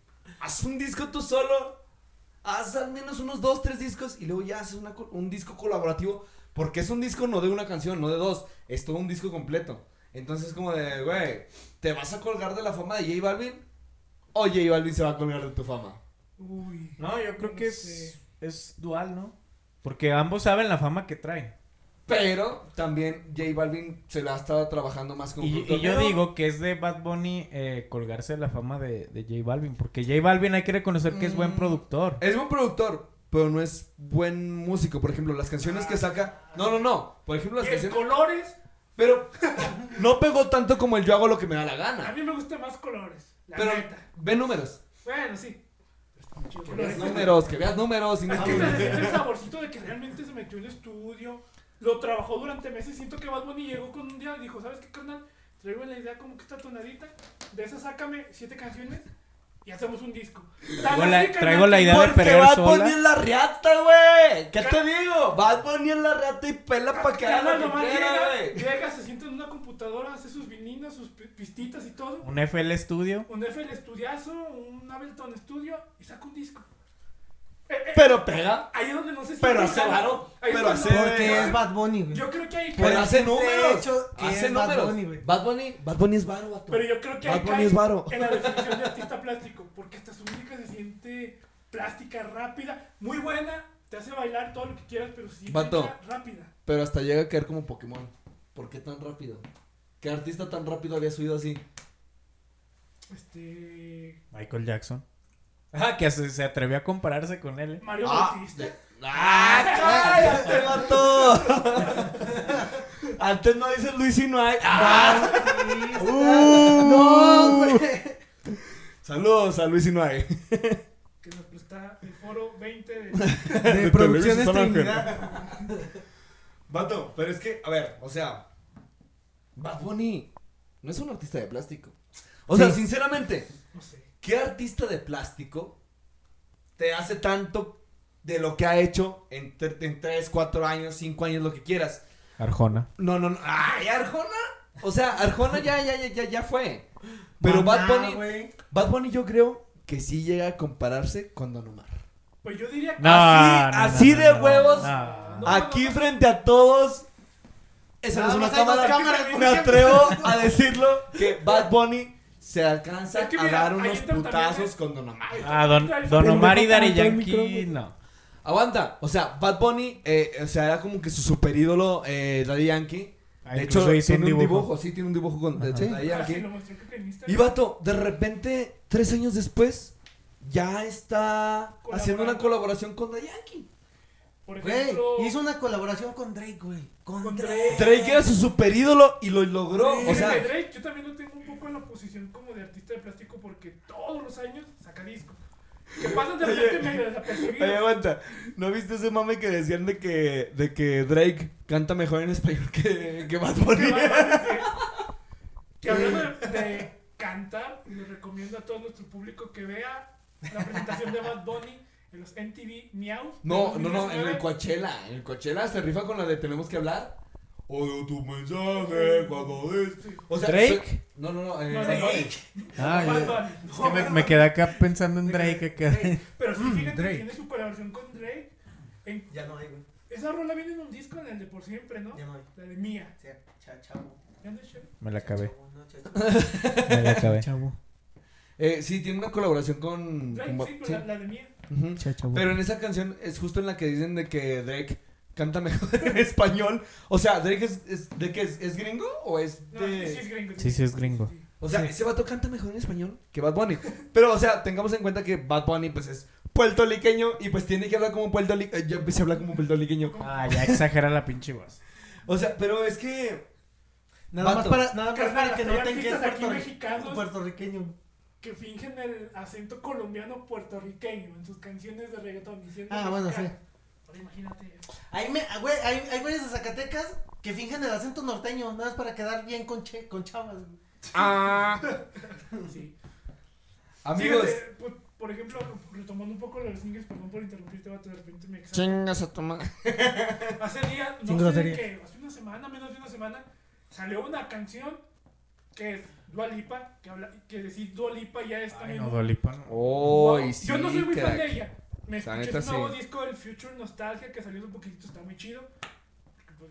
haz un disco tú solo, haz al menos unos dos, tres discos y luego ya haces una co- un disco colaborativo, porque es un disco no de una canción, no de dos, es todo un disco completo. Entonces, como de, güey, ¿te vas a colgar de la fama de J Balvin? O J Balvin se va a colgar de tu fama. Uy. No, yo creo no que sé. es, es dual, ¿no? Porque ambos saben la fama que traen. Pero también J Balvin se la ha estado trabajando más con Y, productor. y yo Pero digo que es de Bad Bunny eh, colgarse la fama de, de J Balvin. Porque J Balvin hay que reconocer que es buen Mm. productor. Es buen productor, pero no es buen músico. Por ejemplo, las canciones que saca. No, no, no. Por ejemplo, Y las en canciones. colores, Pero no pegó tanto como el yo hago lo que me da la a gana. mí me gustan más colores. La Pero neta. ve números. Bueno, sí. Están chidos Que veas colores. números, que veas números. Y no Es que me estudies. siento el saborcito de que realmente se metió en estudio, lo trabajó durante meses. Siento que Bad Bunny llegó con un día y dijo: ¿Sabes qué, carnal? Traigo la idea como que esta tonadita. De esa sácame siete canciones y hacemos un disco. Tan Traigo así, la- carnal, traigo la que- idea de Porque perder va a sola. poner la reata, güey. ¿Qué te digo? Va a poner la reata y pela para que haga Carnal lo nomás que quiera, llega, güey. llega, se sienta en una computadora, hace sus vinilas, sus pi- pistitas y todo. Un FL Studio. Un FL Estudiazo, un Ableton Studio y saca un disco. Eh, eh, Pero pega. ahí es donde no sé si. pero es hace mexicano. varo, Ahí es pero cuando- hace- Porque es Bad Bunny, güey. Yo creo que ahí Pero el hace simple números. hecho que hace es Bad números. Bunny, güey. Bad Bunny, Bad Bunny es varo, vato. Pero yo creo que Bad hay Bunny es varo. en la definición de artista plástico, porque hasta su música se siente plástica, rápida, muy buena, te hace bailar todo lo que quieras, pero sí Vato. música rápida. Pero hasta llega a caer como Pokémon. ¿Por qué tan rápido? ¿Qué artista tan rápido había subido así? Este Michael Jackson. Ah, que se, se atrevió a compararse con él. eh. Mario Bautista. Ah, de- ¡Ah, cállate, vato! (laughs) Antes no dices Luis y no hay. ¡Ah! (laughs) uh. No, güey. Saludos a Luis y no hay. Que nos presta el foro (laughs) 20 de De De Televisa producciones San Ángel. Trinidad. Vato, pero es que, a ver, o sea, Bad Bunny no es un artista de plástico. O sea, Sí. sinceramente, no sé. ¿Qué artista de plástico te hace tanto de lo que ha hecho en, 3, 4 años, 5 años, lo que quieras? Arjona. No, no, no. ¡Ay, Arjona! O sea, Arjona ya, ya, ya, ya, ya fue. Pero Maná, Bad Bunny, güey. Bad Bunny yo creo que sí llega a compararse con Don Omar. Pues yo diría que No, Así- no, no, así no, de no, huevos. no. Aquí No, no, Ah, pues no. frente a todos. Esa no es Nada una más hay dos cámara. cámaras, me güey. (laughs) atrevo a decirlo que Bad Bunny se alcanza Es que a mira, dar ahí unos entra también putazos el- con Don Omar. Ah, Don, Don Omar y Daddy Yankee, no. Aguanta, o sea, Bad Bunny, eh, o sea, era como que su super ídolo, eh, Daddy Yankee. Ah, de incluso hecho, hizo un tiene un dibujo. dibujo. sí, tiene un dibujo con Ajá. de Daddy Ah, sí, Yankee. lo mostré, creo que en Y Instagram. vato, de repente, tres años después, ya está haciendo una colaboración con Daddy Yankee. Por Güey, ejemplo, hizo una colaboración con Drake, güey. Con, Con Drake. Drake era su super ídolo y lo logró. Sí, O fíjate, sea, Drake, yo también lo tengo un poco en la posición como de artista de plástico porque todos los años saca discos. Que pasan de Oye. repente medio desapercibidos. Oye, aguanta, ¿no viste ese mame que decían de que, de que Drake canta mejor en español que, que Bad Bunny? Que va- (laughs) que hablando de, de cantar, les recomiendo a todo nuestro público que vea la presentación de Bad Bunny en los MTV Meow. No, no, no, en el 2019. Coachella. En el Coachella se rifa con la de Tenemos que hablar. Odio tu mensaje cuando es. O sea, ¿Drake? soy- No, no, no. eh, No, Bad Bunny. Drake. Ah, yo- Bad Bunny. es No, que me, Bad me quedé acá pensando en Bunny. Drake. (laughs) acá. Drake. Pero Mm, sí, fíjate, que Drake. tiene su colaboración con Drake. En- Ya no hay, güey. esa rola viene en un disco en el de por siempre, ¿no? Ya no hay. La de Mía. O sea, cha- chavo. ¿Ya no es chévere? Me la (laughs) acabé. Chavo, no, chavo. Me la acabé. Eh, sí, tiene una colaboración con. Drake, con Bad- sí, pero Mm, sí. La, la de Mía. Ujú. Pero en esa canción es justo en la que dicen de que Drake canta mejor (laughs) en español. O sea, Drake es, es- de que es, es gringo o es No, sí, sí de. es gringo. Sí, sí es gringo. Sí. O sea, ese vato canta mejor en español que Bad Bunny. Pero, o sea, tengamos en cuenta que Bad Bunny pues es puertorriqueño y pues tiene que hablar como puertorriqueño. Ya empecé a hablar como puertorriqueño. Ah, ya exagera la pinche voz. O sea, pero es que. Nada más Vato. para, nada más Carnal, para que no hay te quedes artistas aquí puertorri- mexicanos. puertorriqueño. que fingen el acento colombiano puertorriqueño en sus canciones de reggaetón. y siendo Ah, bueno, mexicano. Ahora imagínate. Hay, me, ah, güey, hay, hay güeyes de Zacatecas que fingen el acento norteño, nada más para quedar bien con, che- con chavas. güey. (laughs) Ah. Sí. Amigos, Fíjate, por, por ejemplo, retomando un poco lo de los singles, perdón por interrumpirte, vato, de repente me exalto. chingas a tomar. Hace días, no sé de Sin grosería. qué, hace una semana, menos de una semana, salió una canción que es Dua Lipa, que, habla, que decir Dua Lipa ya es Ay, también no, un- Dolipa no. Oh, Wow. y sí, Yo no soy muy fan crack. de ella. Me La escuché neta, su nuevo sí. disco, el Future Nostalgia, que salió un poquito, está muy chido. Porque, pues,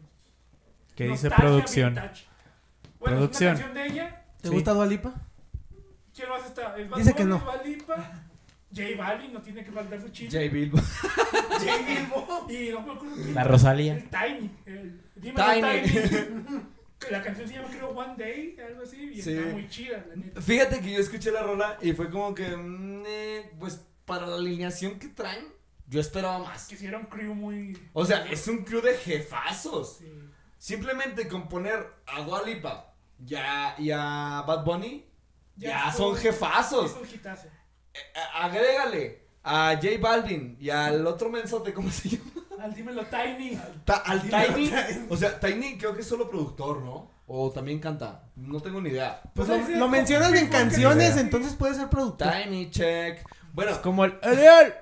¿Qué dice Nostalgia producción? Vintage. Bueno, Producción. es una canción de ella. ¿Te Sí. gusta Dualipa? ¿Quién más está? Es Bad Dice que Bunny, no. Dua Lipa, J Balvin no tiene que mandar su chile. J Bilbo. (laughs) J Bilbo. Y no me acuerdo quién. La Rosalía. El Tiny. El, dime Tiny. el Tiny. Que la canción se llama creo One Day, algo así, y Sí. está muy chida, la neta. Fíjate que yo escuché la rola y fue como que. mm, eh, pues para la alineación que traen, yo esperaba más. Que si era un crew muy. O sea, es un crew de jefazos. Sí. Simplemente con poner a Dua Lipa y a, y a Bad Bunny, ya, Ya son son- jefazos. Es un hitazo. Eh, a- agrégale a J Balvin y al otro mensote, ¿cómo se llama? Al dímelo Tiny. Ta- al Dime, Tiny. (laughs) Tiny. O sea, Tiny creo que es solo productor, ¿no? O también canta. No tengo ni idea. Pues O sea, lo, sí, lo como- mencionas en como que- canciones, Sí. entonces puede ser productor. Tiny check. Bueno, Es como el Ariel.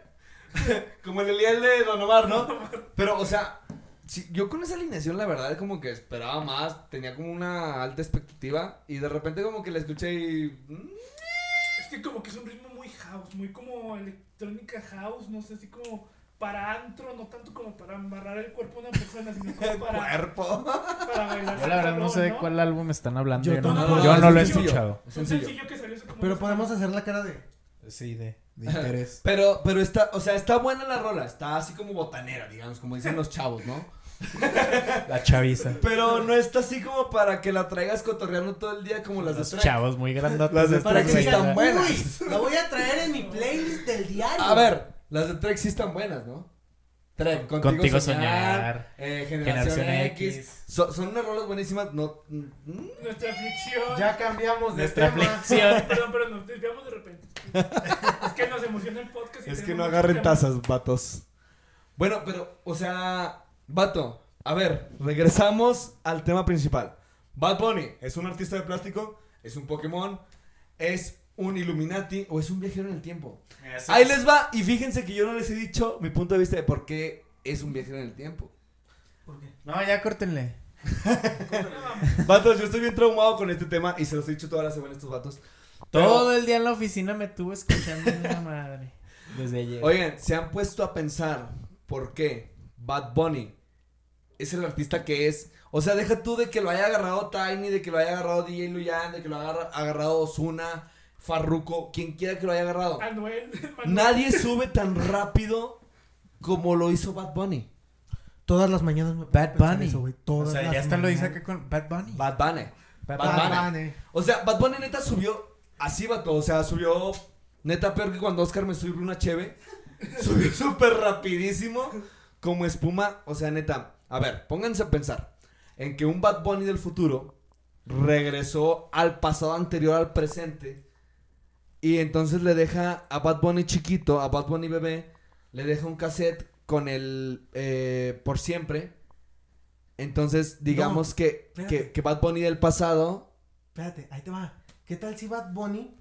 (laughs) como el Eliel de Don Omar, ¿no? Pero, o sea, sí, yo con esa alineación, la verdad, como que esperaba más. Tenía como una alta expectativa. Y de repente, como que la escuché y. mm, (laughs) Es que como que es un ritmo muy house, muy como electrónica house, no sé, así como para antro, no tanto como para embarrar el cuerpo de una persona, sino como para, Cuerpo. para bailar. Yo la verdad no sé de ¿no? cuál álbum están hablando. Yo Yo, no, tampoco. yo no lo he Sencillo. escuchado. Es Es un sencillo. sencillo que salió hace como Pero dos podemos semanas. hacer la cara de. Sí, de, (laughs) interés. Pero, pero está, o sea, está buena la rola, está así como botanera, digamos, como dicen los chavos, (laughs) ¿no? La chaviza. Pero no está así como para que la traigas cotorreando todo el día como las Los de Track. chavos muy grandotes. Las de estos Para que güeyes. están buenas. Uy, la voy a traer en mi playlist del diario. A ver, las de Trek sí están buenas, ¿no? Trek, contigo, Contigo soñar, soñar, eh, generación, Generación X. X. So- son unas rolas buenísimas, no mm, Nuestra aflicción. Ya cambiamos de Nuestra tema. aflicción. Perdón, pero nos desviamos de repente. Es que nos emociona el podcast. y tenemos mucho vatos. Bueno, pero, o sea, vato, a ver, regresamos al tema principal. Bad Bunny es un artista de plástico, es un Pokémon, es un Illuminati o es un viajero en el tiempo. Ahí les va, y fíjense que yo no les he dicho mi punto de vista de por qué es un viajero en el tiempo. ¿Por qué? No, ya córtenle. tema. Vatos, yo estoy bien traumado con este tema y se los he dicho todas las semanas a estos vatos. Pero- Todo el día en la oficina me tuvo escuchando (laughs) una madre. Desde ayer. Oigan, se han puesto a pensar por qué Bad Bunny es el artista que es. O sea, deja tú de que lo haya agarrado Tiny, de que lo haya agarrado DJ Luyan, de que lo haya agarra- agarrado Ozuna, Farruko, quien quiera que lo haya agarrado. Anuel. Manuel. Nadie sube tan rápido como lo hizo Bad Bunny. Todas las mañanas me pongo a Bad pensar Bunny. eso, güey, o todas sea, ya las hasta lo dice mañanas. acá con Bad Bunny. Bad Bunny. Bad Bad Bunny. Bad Bunny. O sea, Bad Bunny neta subió así, vato. O sea, subió neta peor que cuando Oscar me subió una cheve. (laughs) Subió súper rapidísimo, como espuma. O sea, neta, a ver, pónganse a pensar en que un Bad Bunny del futuro regresó al pasado anterior al presente. Y entonces le deja a Bad Bunny chiquito, a Bad Bunny bebé, le deja un cassette con el eh, por siempre. Entonces, digamos que, que, espérate. que Bad Bunny del pasado Espérate, ahí te va. ¿Qué tal si Bad Bunny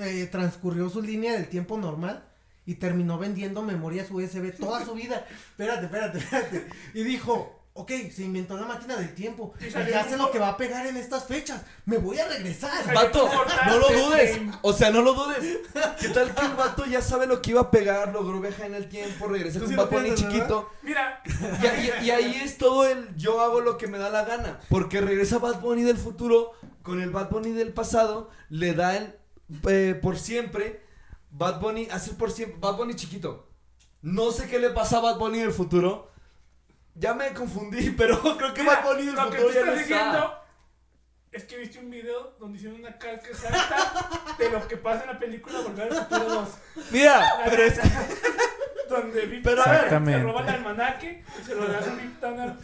eh, transcurrió su línea del tiempo normal y terminó vendiendo memorias USB toda su vida? Espérate, espérate, espérate. Y dijo, ok, se inventó la máquina del tiempo. Y Y salió ya un sé po- lo que va a pegar en estas fechas. Me voy a regresar. Salió- Vato, no lo dudes. Importante. O sea, no lo dudes. ¿Qué tal que el vato ya sabe lo que iba a pegar? Logró viajar en el tiempo, regresa Tú con sí Bad lo Bunny piensas, chiquito. Mira, Y, ahí- y ahí es todo el yo hago lo que me da la gana. Porque regresa Bad Bunny del futuro con el Bad Bunny del pasado. Le da el eh, por siempre. Bad Bunny hace el por siempre. Bad Bunny chiquito. No sé qué le pasa a Bad Bunny del futuro. Ya me confundí, (laughs) pero creo que mira, Bad Bunny del lo que tú futuro ya no estás está. diciendo es que viste un video donde hicieron una calca exacta de lo que pasa en la película Volver al Futuro 2. Mira, La pero es neta, (laughs) Donde Pip Pero a ver. se Exactamente. roba el almanaque y se lo da a (laughs) Pip Tanner.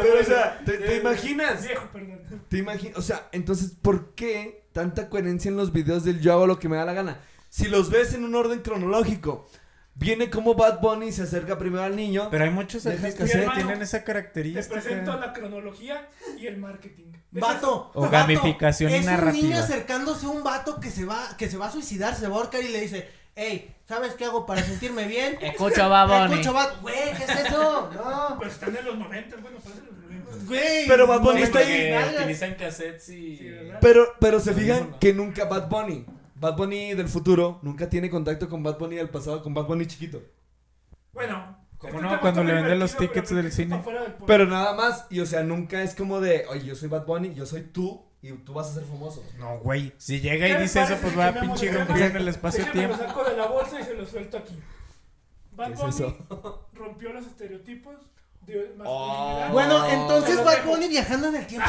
Pero, o sea, ¿te- te imaginas? eh, Viejo, perdón. Te imaginas, o sea, entonces, ¿por qué tanta coherencia en los videos del yo hago lo que me da la gana? Si los ves en un orden cronológico, viene como Bad Bunny se acerca primero al niño. Pero hay muchos Deja que artistas sea. que Hermano, tienen esa Te característica. presento la cronología y el marketing. Ese Vato. O vato, gamificación y es narrativa. un niño acercándose a un vato que se va, que se va a suicidar, se va a ahorcar y le dice, hey, ¿sabes qué hago para sentirme bien? Escucho a Bad Bunny. Escucho Bad Güey, ¿qué es (laughs) eso? No. Pero pues, están en los 90, bueno, pasan en los 90. Güey. Pero Bad Bunny no, está ahí. güey, nalgas. cassettes y. Sí, ¿verdad? Pero, pero se Lo fijan mismo, ¿no? que nunca Bad Bunny, Bad Bunny del futuro, nunca tiene contacto con Bad Bunny del pasado, con Bad Bunny chiquito. Bueno. ¿Cómo este no? tema Cuando está le muy venden los divertido, tickets pero del creo que cine. está fuera del podcast. Pero nada más, y o sea, nunca es como de, oye, yo soy Bad Bunny, yo soy tú, y y tú vas a ser famoso. No, güey. Si llega y dice eso, pues va a pinche romper romper en el Déjame espacio-tiempo. lo saco de la bolsa y se lo suelto aquí. Bad ¿Qué es Bunny eso? rompió los estereotipos de Oh. masculinidad. Bueno, Oh. entonces Te lo Bad dejo. Bunny viajando en (laughs) el tiempo.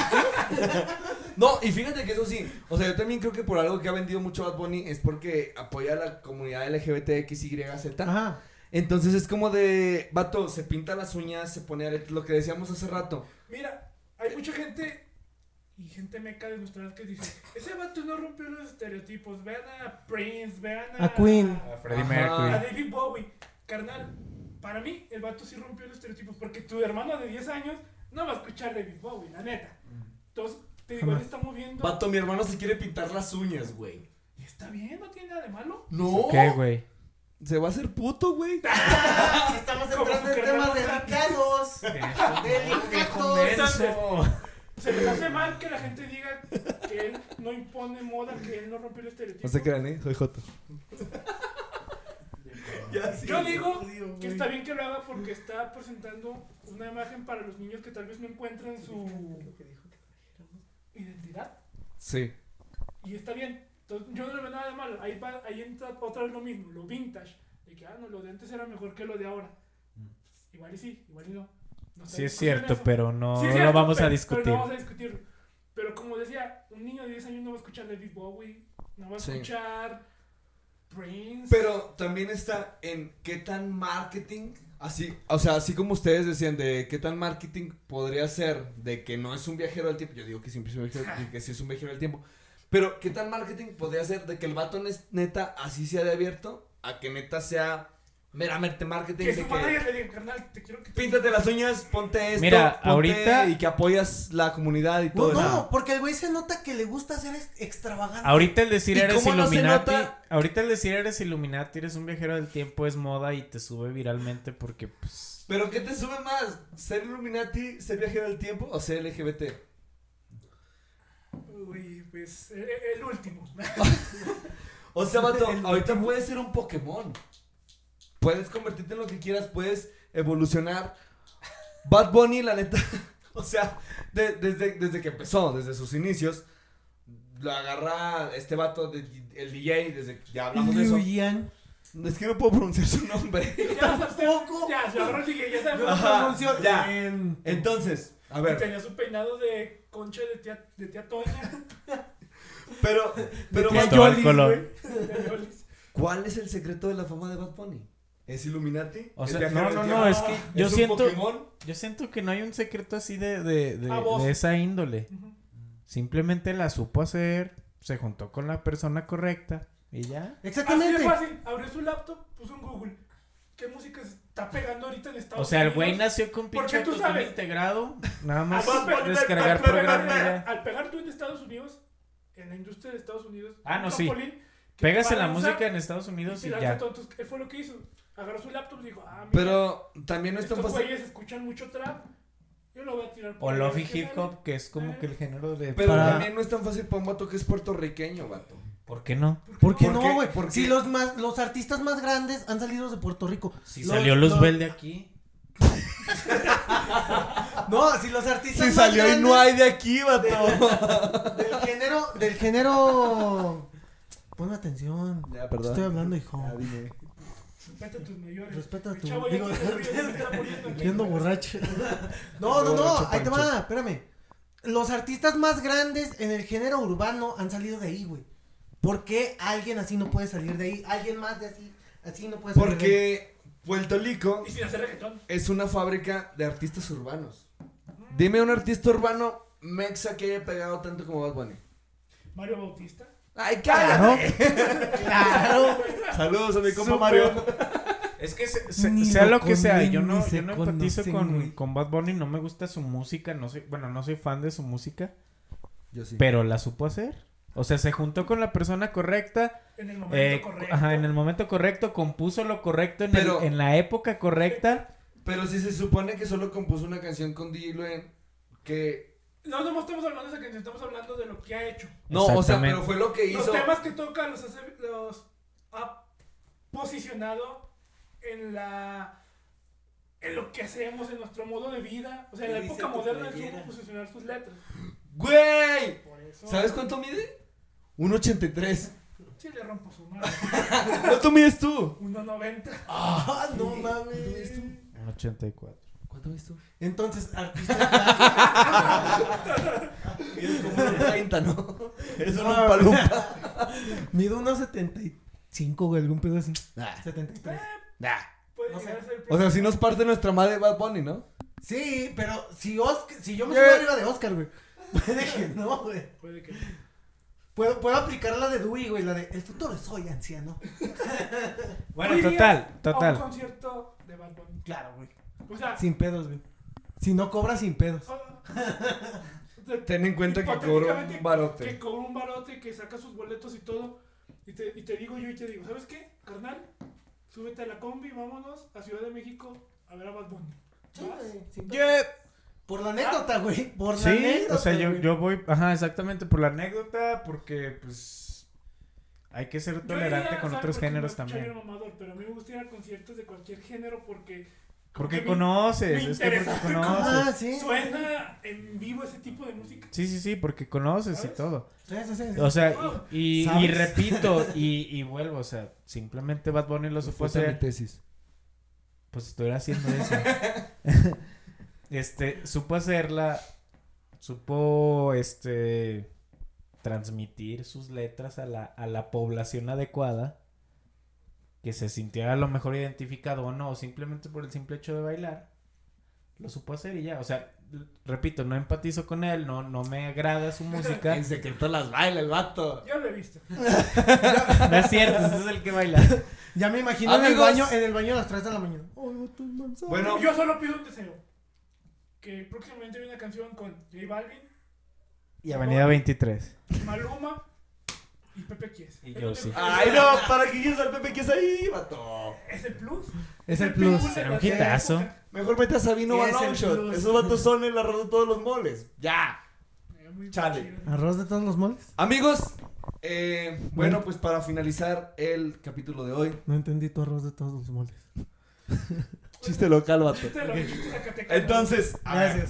No, y fíjate que eso sí. O sea, yo también creo que por algo que ha vendido mucho Bad Bunny es porque apoya a la comunidad LGBTXYZ. Ajá. Entonces es como de, vato, se pinta las uñas, se pone aretes, lo que decíamos hace rato. Mira, hay mucha gente y gente meca de nuestra edad que dice, ese vato no rompió los estereotipos, vean a Prince, vean a... A Queen. A Freddie Ajá. a Mercury. David Bowie. Carnal, para mí el vato sí rompió los estereotipos porque tu hermano de 10 años no va a escuchar David Bowie, la neta. Entonces, te digo, él Jamás. está moviendo... Vato, mi hermano se quiere pintar las uñas, güey. Y está bien, no tiene nada de malo. No. ¿Qué, güey? Se va a hacer puto, güey. Estamos Como entrando su en carnal Bad temas Bunny. delicados. Delicados. Se les hace mal que la gente diga que él no impone moda, que él no rompió el estereotipo. No se crean, ¿eh? Soy Joto. (laughs) Ya, sí. Yo digo que está bien que lo haga porque está presentando una imagen para los niños que tal vez no encuentran su identidad. Sí. Y está bien. Entonces, yo no le veo nada de malo. Ahí, va- ahí entra otra vez lo mismo, lo vintage. De que, ah, no, lo de antes era mejor que lo de ahora. Igual y sí, igual y no. No está Mm. Sí es discusión cierto, eso. pero no Sí, es lo cierto, vamos pero- a Pero discutir. no vamos a discutirlo. Pero como decía, un niño de 10 años no va a escuchar David Bowie, no va a Sí. escuchar Prince. Pero también está en qué tan marketing, así, o sea, así como ustedes decían de qué tan marketing podría ser de que no es un viajero del tiempo, yo digo que siempre es un viajero, de que sí es un viajero del tiempo, pero qué tan marketing podría ser de que el vato nes- neta así sea de abierto a que neta sea meramente marketing que su de que manager le diga, carnal, te quiero que te... píntate las uñas, ponte esto, Mira, ponte- ahorita- y que apoyas la comunidad y No, todo eso. no, porque el güey se nota que le gusta ser ex- extravagante. Ahorita el decir ¿Y eres cómo no se Illuminati, nota? ahorita el decir eres Illuminati, eres un viajero del tiempo, es moda y te sube viralmente porque pues Pero ¿qué te sube más? ¿Ser Illuminati, ser viajero del tiempo o ser LGBT? Uy, pues, el, el último. (laughs) O sea, vato, ahorita puedes ser un Pokémon. Puedes convertirte en lo que quieras, puedes evolucionar. Bad Bunny, la neta. (laughs) O sea, de- desde, desde que empezó, desde sus inicios, lo agarra este vato, de- el DJ, desde que ya hablamos de eso. Luyan. Es que no puedo pronunciar su (laughs) nombre. (laughs) ya, tampoco. Ya, se agarró el DJ, ya sabemos. Ajá, Anunció ya. en- Entonces, a Y ver, Tenía su peinado de concha de tía, de tía Toña. pero, pero Tienes vato, todo el color. de (laughs) Lolis. ¿cuál es el secreto de la fama de Bad Bunny? ¿Es Illuminati? O ¿Es sea, viajero no, del no, tiempo? no, es que yo un siento- Pokémon? yo siento que no hay un secreto así de, de, de- A Ah, vos. de esa índole. Ujú. Simplemente la supo hacer, se juntó con la persona correcta y ya. Así de Exactamente. fácil. Abrió su laptop, puso en Google. ¿Qué música se está pegando ahorita en Estados O sea, el güey Unidos? nació con Ah, Porque pinche tú autotune sabes. integrado, nada más Ah, bueno, pero- descargar pero- pero- programas pero- ya. Al pegar tú en Estados Unidos, en la industria de Estados Unidos, Ah, un no, sí. trampolín que Pégas te en la balanza música en Estados y Unidos y te lanza ya. todo. Entonces, ¿qué fue lo que hizo? Agarró su laptop y dijo, ah, mira, Pero también no es tan estos fácil. güeyes escuchan mucho trap, yo lo voy a tirar O ahí, Lofi ¿qué Hip sale?". Hop, que Ah. es como que el género de Pero Para- también no es tan fácil para un vato que es puertorriqueño, vato. ¿Por qué no? ¿Por qué ¿Por no, qué? güey? ¿Por Si qué? los más, los artistas más grandes han salido de Puerto Rico. Si Los- salió los- Luzbel de aquí. No, si los artistas Si más salió y no grandes hay de aquí, (laughs) vato. del género, del (laughs) género. Ponme atención. Estoy hablando, hijo. Respeta a tus mayores. Respeta a Mi tu- chavo ya digo, tiene frío, se (laughs) está muriendo aquí. Yendo borracho. (laughs) No, no, no, Borracho ahí te Pancho. va, espérame. Los artistas más grandes en el género urbano han salido de ahí, güey. ¿Por qué alguien así no puede salir de ahí? Alguien más de así, así no puede salir de ahí? Porque Puerto Rico Y sin hacer reggaetón. es una fábrica de artistas urbanos. Dime un artista urbano mexa que haya pegado tanto como Bad Bunny. Mario Bautista. Ay, cállate. (laughs) Claro. Saludos a mi compa Súper. Mario. Es que se- se- Ni sea lo lo que sea, yo conocen, no, ni se yo no empatizo conocen, con, güey. con Bad Bunny, no me gusta su música, no soy, bueno, no soy fan de su música, Yo sí. pero la supo hacer. O sea, se juntó con la persona correcta, En el eh, momento correcto. ajá, en el momento correcto, compuso lo correcto en, el- Pero- en la época correcta. Pero si se supone que solo compuso una canción con DJ Luen, E que... No, no estamos hablando de esa canción, estamos hablando de lo que ha hecho. No, o sea, Exactamente. pero fue lo que Los hizo. temas que toca los, hace- los ha posicionado en la en lo que hacemos, en nuestro modo de vida, o sea, en la ¿Qué dice época tu moderna él playera? supo posicionar sus letras. ¡Güey! Por eso. ¿Sabes cuánto mide? 1.83. Sí, le rompo su madre. (laughs) ¿Cuánto mides tú? 1.90. Ah, no Sí. mames. Un 84. ¿Cuánto mides tú? Entonces, (laughs) artista. Mides como 1.30, ¿no? Eres un Ah. palumpa. (laughs) Mido unos 75, güey, algún pedo así. Ah. 73. Puede No sé. llegar a ser el O sea, si nos parte nuestra madre Bad Bunny, ¿no? Sí, pero si, Oscar, si yo me Yeah. subo arriba de Oscar, güey. (laughs) Puede que no, güey. Puede que Puedo, puedo aplicar la de Dewey, güey, la de el futuro es hoy, anciano. Bueno, ¿Tú irías total, A un total. concierto de Bad Bunny. Claro, güey. O sea, Sin pedos, güey. Si no cobra, sin pedos. ah, de- Ten en cuenta que cobro hipotéticamente, un Que barote. con un barote, que saca sus boletos y todo. Y te, y te digo yo y te digo, ¿sabes qué, carnal? Súbete a la combi, vámonos a Ciudad de México a ver a Bad Bunny. Sí, ¿Vas? güey, sin pedos. Yep. Por la anécdota, güey. Por la Sí, anécdota. o sea, yo, güey. yo voy, ajá, exactamente por la anécdota, porque pues hay que ser Yo iría, tolerante con ¿sabe? otros Porque géneros no soy también. mamador, pero a mí me gusta ir a conciertos de cualquier género porque. como Porque que me- conoces, me es que porque interesa. Ah, conoces. sí. Suena en vivo ese tipo de música. Sí, sí, sí, porque conoces y ¿Sabes? todo. Sí, sí, sí, sí. O sea, y, y- y ¿Sabes? (laughs) repito, y, y vuelvo, o sea, simplemente Bad Bunny lo supo Puta mi hacer, tesis. pues estuviera haciendo (laughs) eso. este, supo hacerla, supo, este, transmitir sus letras a la, a la población adecuada, que se sintiera a lo mejor identificado o no, o simplemente por el simple hecho de bailar, lo supo hacer y ya, o sea, l- repito, no empatizo con él, no, no me agrada (laughs) su música. En secreto las baila el vato. Yo lo he visto. No es cierto, ese es el (laughs) que baila. Ya me imagino en el Amigos. baño, en el baño a las 3 de la mañana. Bueno, Yo solo pido un deseo. Que próximamente haya una canción con J Balvin, Y Avenida 23. Maluma y Pepe Kies. Y Es lo yo único sí. que- Ay, no, (laughs) ¿para qué quieres al Pepe que es ahí, vato? Es el plus. Es el plus. plus. Será un hitazo. Mejor mete a Sabino a Es el Longshot. plus. Esos vatos son el arroz de todos los moles. Ya. Eh, muy Chale. chido. ¿Arroz de todos los moles? Amigos, eh, bueno, pues para finalizar el capítulo de hoy. No entendí tu arroz de todos los moles. Chiste local, vato. Este lo dijiste Zacatecano. Entonces, a ver,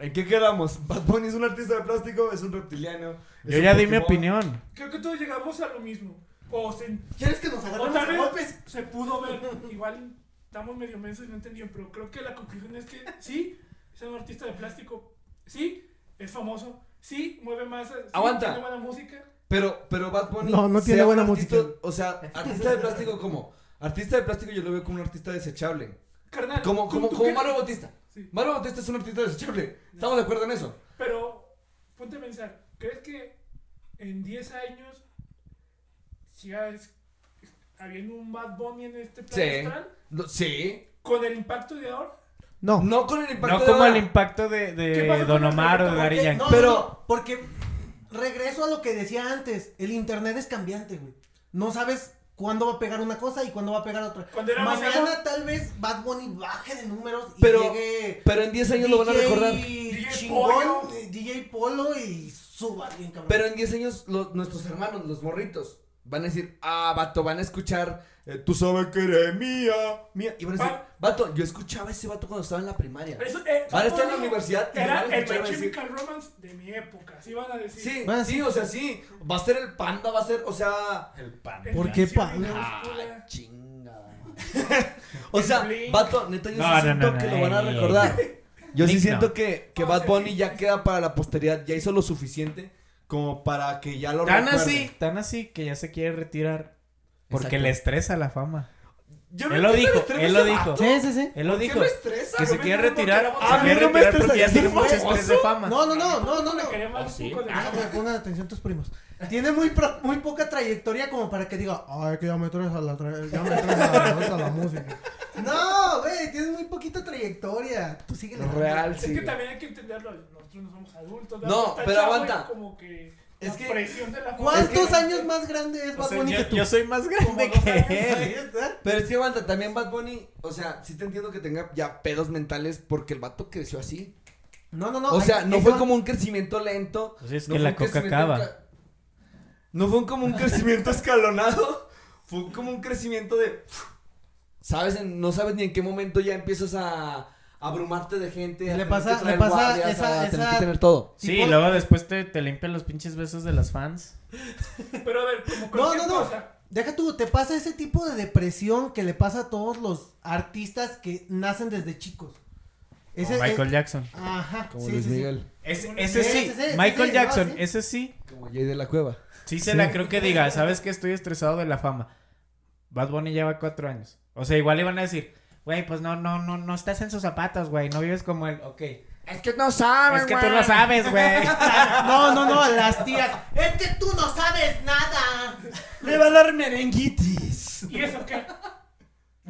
¿en qué quedamos? Bad Bunny es un artista de plástico, es un reptiliano. es Yo un ya di mi Pokémon. opinión. Creo que todos llegamos a lo mismo. O, se, ¿Quieres que nos o agarremos tal a vez golpes? se pudo ver. Igual estamos medio mensos y no entendieron. Pero creo que la conclusión es que sí, es un artista de plástico. Sí, es famoso. Sí, mueve más. Aguanta. Tiene buena música. Pero, pero Bad Bunny. No, no tiene sea un buena artista- música. O sea, artista de plástico, ¿cómo? Artista de plástico yo lo veo como un artista desechable. Carnal. Como, ¿tú- como, tú como qué- Mario Bautista. Sí. Mario Bautista es un artista desechable. ¿Estamos de acuerdo en eso? Pero, ponte a pensar, ¿crees que en 10 años siga es- habiendo un Bad Bunny en este plan Sí. astral? No, sí. Con el impacto de ahora, No. No con el impacto No de como ahora. el impacto de, ¿Qué de pasa Don con el Omar o de reggaetón? Dari Ok, Yankee. no, Pero- no, no, porque regreso a lo que decía antes. El internet es cambiante, güey. No sabes cuándo va a pegar una cosa y cuándo va a pegar otra. Cuando era más Mañana emo- tal vez Bad Bunny baje de números y Pero- llegue Pero en 10 años lo van a recordar. DJ DJ chingón, Polo. eh, DJ Polo y suba bien cabrón. Pero en 10 años lo- nuestros hermanos, los morritos, van a decir, ah, vato, van a escuchar, eh, tú sabes que eres mía, mía. Y van a decir, Va- vato, yo escuchaba a ese vato cuando estaba en la primaria. eso, eh, Van a estar Ah, en la Bunny universidad y Era van a el escuchar My a decir, Chemical Romance de mi época, así van a decir. sí, Ah, Van a sí, o sea, sí, va a ser el panda, va a ser, o sea... El pan. En ¿Por la qué acción pa- minúscula. Ah, chinga. (laughs) o sea, Blink. vato, neta, yo No, sí no, siento no, que no, lo van a ey. recordar. Yo sí Blink no. siento que, que No, Bad sí, Bunny sí, ya sí. queda para la posteridad, ya hizo lo suficiente como para que ya lo Tan recuerden. así, tan así que ya se quiere retirar porque Exacto. le estresa la fama. Yo Él lo entiendo dijo, el estrés él de lo ese dijo. vato. Sí, sí, sí. Él lo ¿Por qué dijo lo estresa? que se Yo quiere pensé que retirar, éramos Ah, se quiere no me retirar estresa, porque ya ya tiene soy mucho famoso. estrés de fama. No, no, no, no, no, no. Me queríamos un poco de- Ah, güey, pongan atención a tus primos. Tiene muy, pro- muy poca trayectoria como para que diga, ay, que ya me traes a la, tra- ya me traes a la, a la música. No, güey, tienes muy poquita trayectoria. Tú sigue Real, Es sí. que güey. también hay que entenderlo, nosotros no somos adultos. No, ¿verdad? Está pero chavo y aguanta. Como que Es la que- presión de la ¿Cuántos familia. años más grande es O Bad sea, Bunny que yo, tú? yo soy más grande Como dos que años él. (laughs) Ahí está. Pero es que aguanta, también Bad Bunny, o sea, sí te entiendo que tenga ya pedos mentales porque el vato creció así. No, no, no. O ahí- sea, ahí no te fue va. como un crecimiento lento. Pues es no que fue la un coca crecimiento acaba. ca- No fue un- como un crecimiento (laughs) escalonado, fue como un crecimiento de... ¿Sabes? En- No sabes ni en qué momento ya empiezas a, a abrumarte de gente. a Le tener pasa- que traer le pasa guardias, esa- a tener esa- que tener todo. Sí, Sí, por- luego después te, te limpian los pinches besos de las fans. Pero a ver, como cualquier no, no. cosa. Deja tú, te pasa ese tipo de depresión que le pasa a todos los artistas que nacen desde chicos. Ese, Como Michael eh, Jackson. Ajá, Como sí, Luis sí, sí. Miguel, Ese, Como ese Luis sí, Miguel, ese sí, Michael ese sí, Jackson, no, sí. ese sí. como Jay de la Cueva. Sí se Sí. la creo que diga, ¿sabes que Estoy estresado de la fama. Bad Bunny lleva cuatro años. O sea, igual iban a decir, güey, pues no, no, no, no estás en sus zapatos, güey, no vives como él. Ok. Es que no Ah, sabes, Es que tú lo sabes, (laughs) güey. No, no, no, las tías. Es que tú no sabes nada. Le va a dar merenguitis. ¿Y eso qué?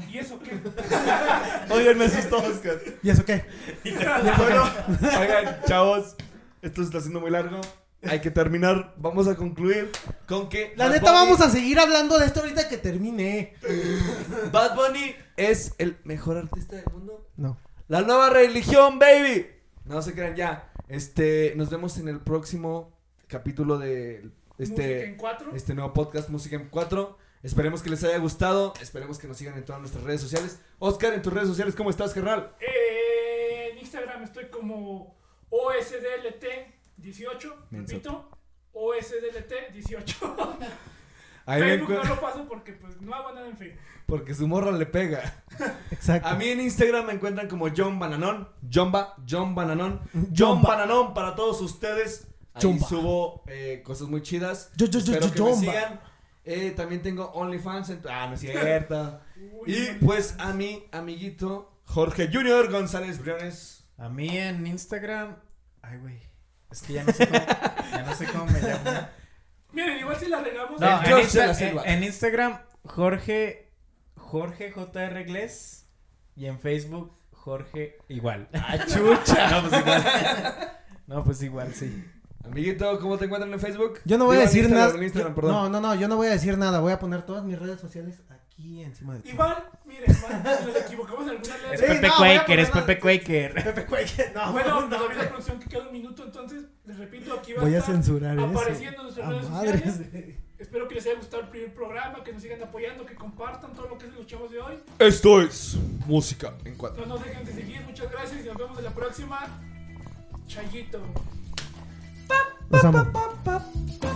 ¿Y eso qué? Oigan, me asustó Oscar. ¿Y eso qué? Bueno, oigan, chavos, esto se está haciendo muy largo. Hay que terminar. Vamos a concluir con que. La Bad neta, Bunny- vamos a seguir hablando de esto ahorita que termine. Bad Bunny es el mejor artista del mundo. No. La nueva religión, baby. No se crean ya. Este, nos vemos en el próximo capítulo de Música este, en cuatro. este nuevo podcast Música en 4. Esperemos que les haya gustado. Esperemos que nos sigan en todas nuestras redes sociales. Oscar, en tus redes sociales, ¿cómo estás, Gerral? Eh, en Instagram estoy como OSDLT18. Menso. Repito, OSDLT18. (laughs) A mí me Facebook no encuent- lo paso porque pues no hago nada en Facebook. porque su morra le pega. Exacto. A mí en Instagram me encuentran como John Bananón. Jomba, John Bananón. John Jomba. Bananón para todos ustedes. Ahí Jomba. subo eh, cosas muy chidas. Yo- yo- yo- Espero yo- que me Jomba. sigan. Eh, también tengo OnlyFans. en- Ah, (laughs) no es cierto. Uy, y no. pues a mi amiguito Jorge Junior González Briones. A mí en Instagram, ay, güey, es que ya no sé cómo, ya no sé cómo me llamo. Miren, igual si la regamos. No, (laughs) El en, George Insta- de la Silva. en- en Instagram, Jorge, Jorge JR Glés, Y en Facebook, Jorge igual. Ah, chucha! (laughs) No, pues igual. No, pues igual, sí. Amiguito, ¿cómo te encuentran en Facebook? Yo no voy a Digo, en decir Instagram, nada. en Instagram, Yo- perdón. No, no, no, yo no voy a decir nada. Voy a poner todas mis redes sociales aquí encima de (laughs) ti. Igual, miren, igual, si nos equivocamos en alguna Es letra. Ey, Pepe no, voy a Quaker, es poner- Pepe Quaker. Pepe Cuelgue, no, Bueno, no, nos avisa no. la producción que queda un minuto, entonces les repito, aquí va Voy a estar censurar eso. apareciendo en nuestras A redes madres. sociales. Espero que les haya gustado el primer programa, que nos sigan apoyando, que compartan todo lo que escuchamos de hoy. Esto es Música en 4. No Pues nos dejen de seguir, muchas gracias y nos vemos en la próxima. Chayito. Los amo. Pa,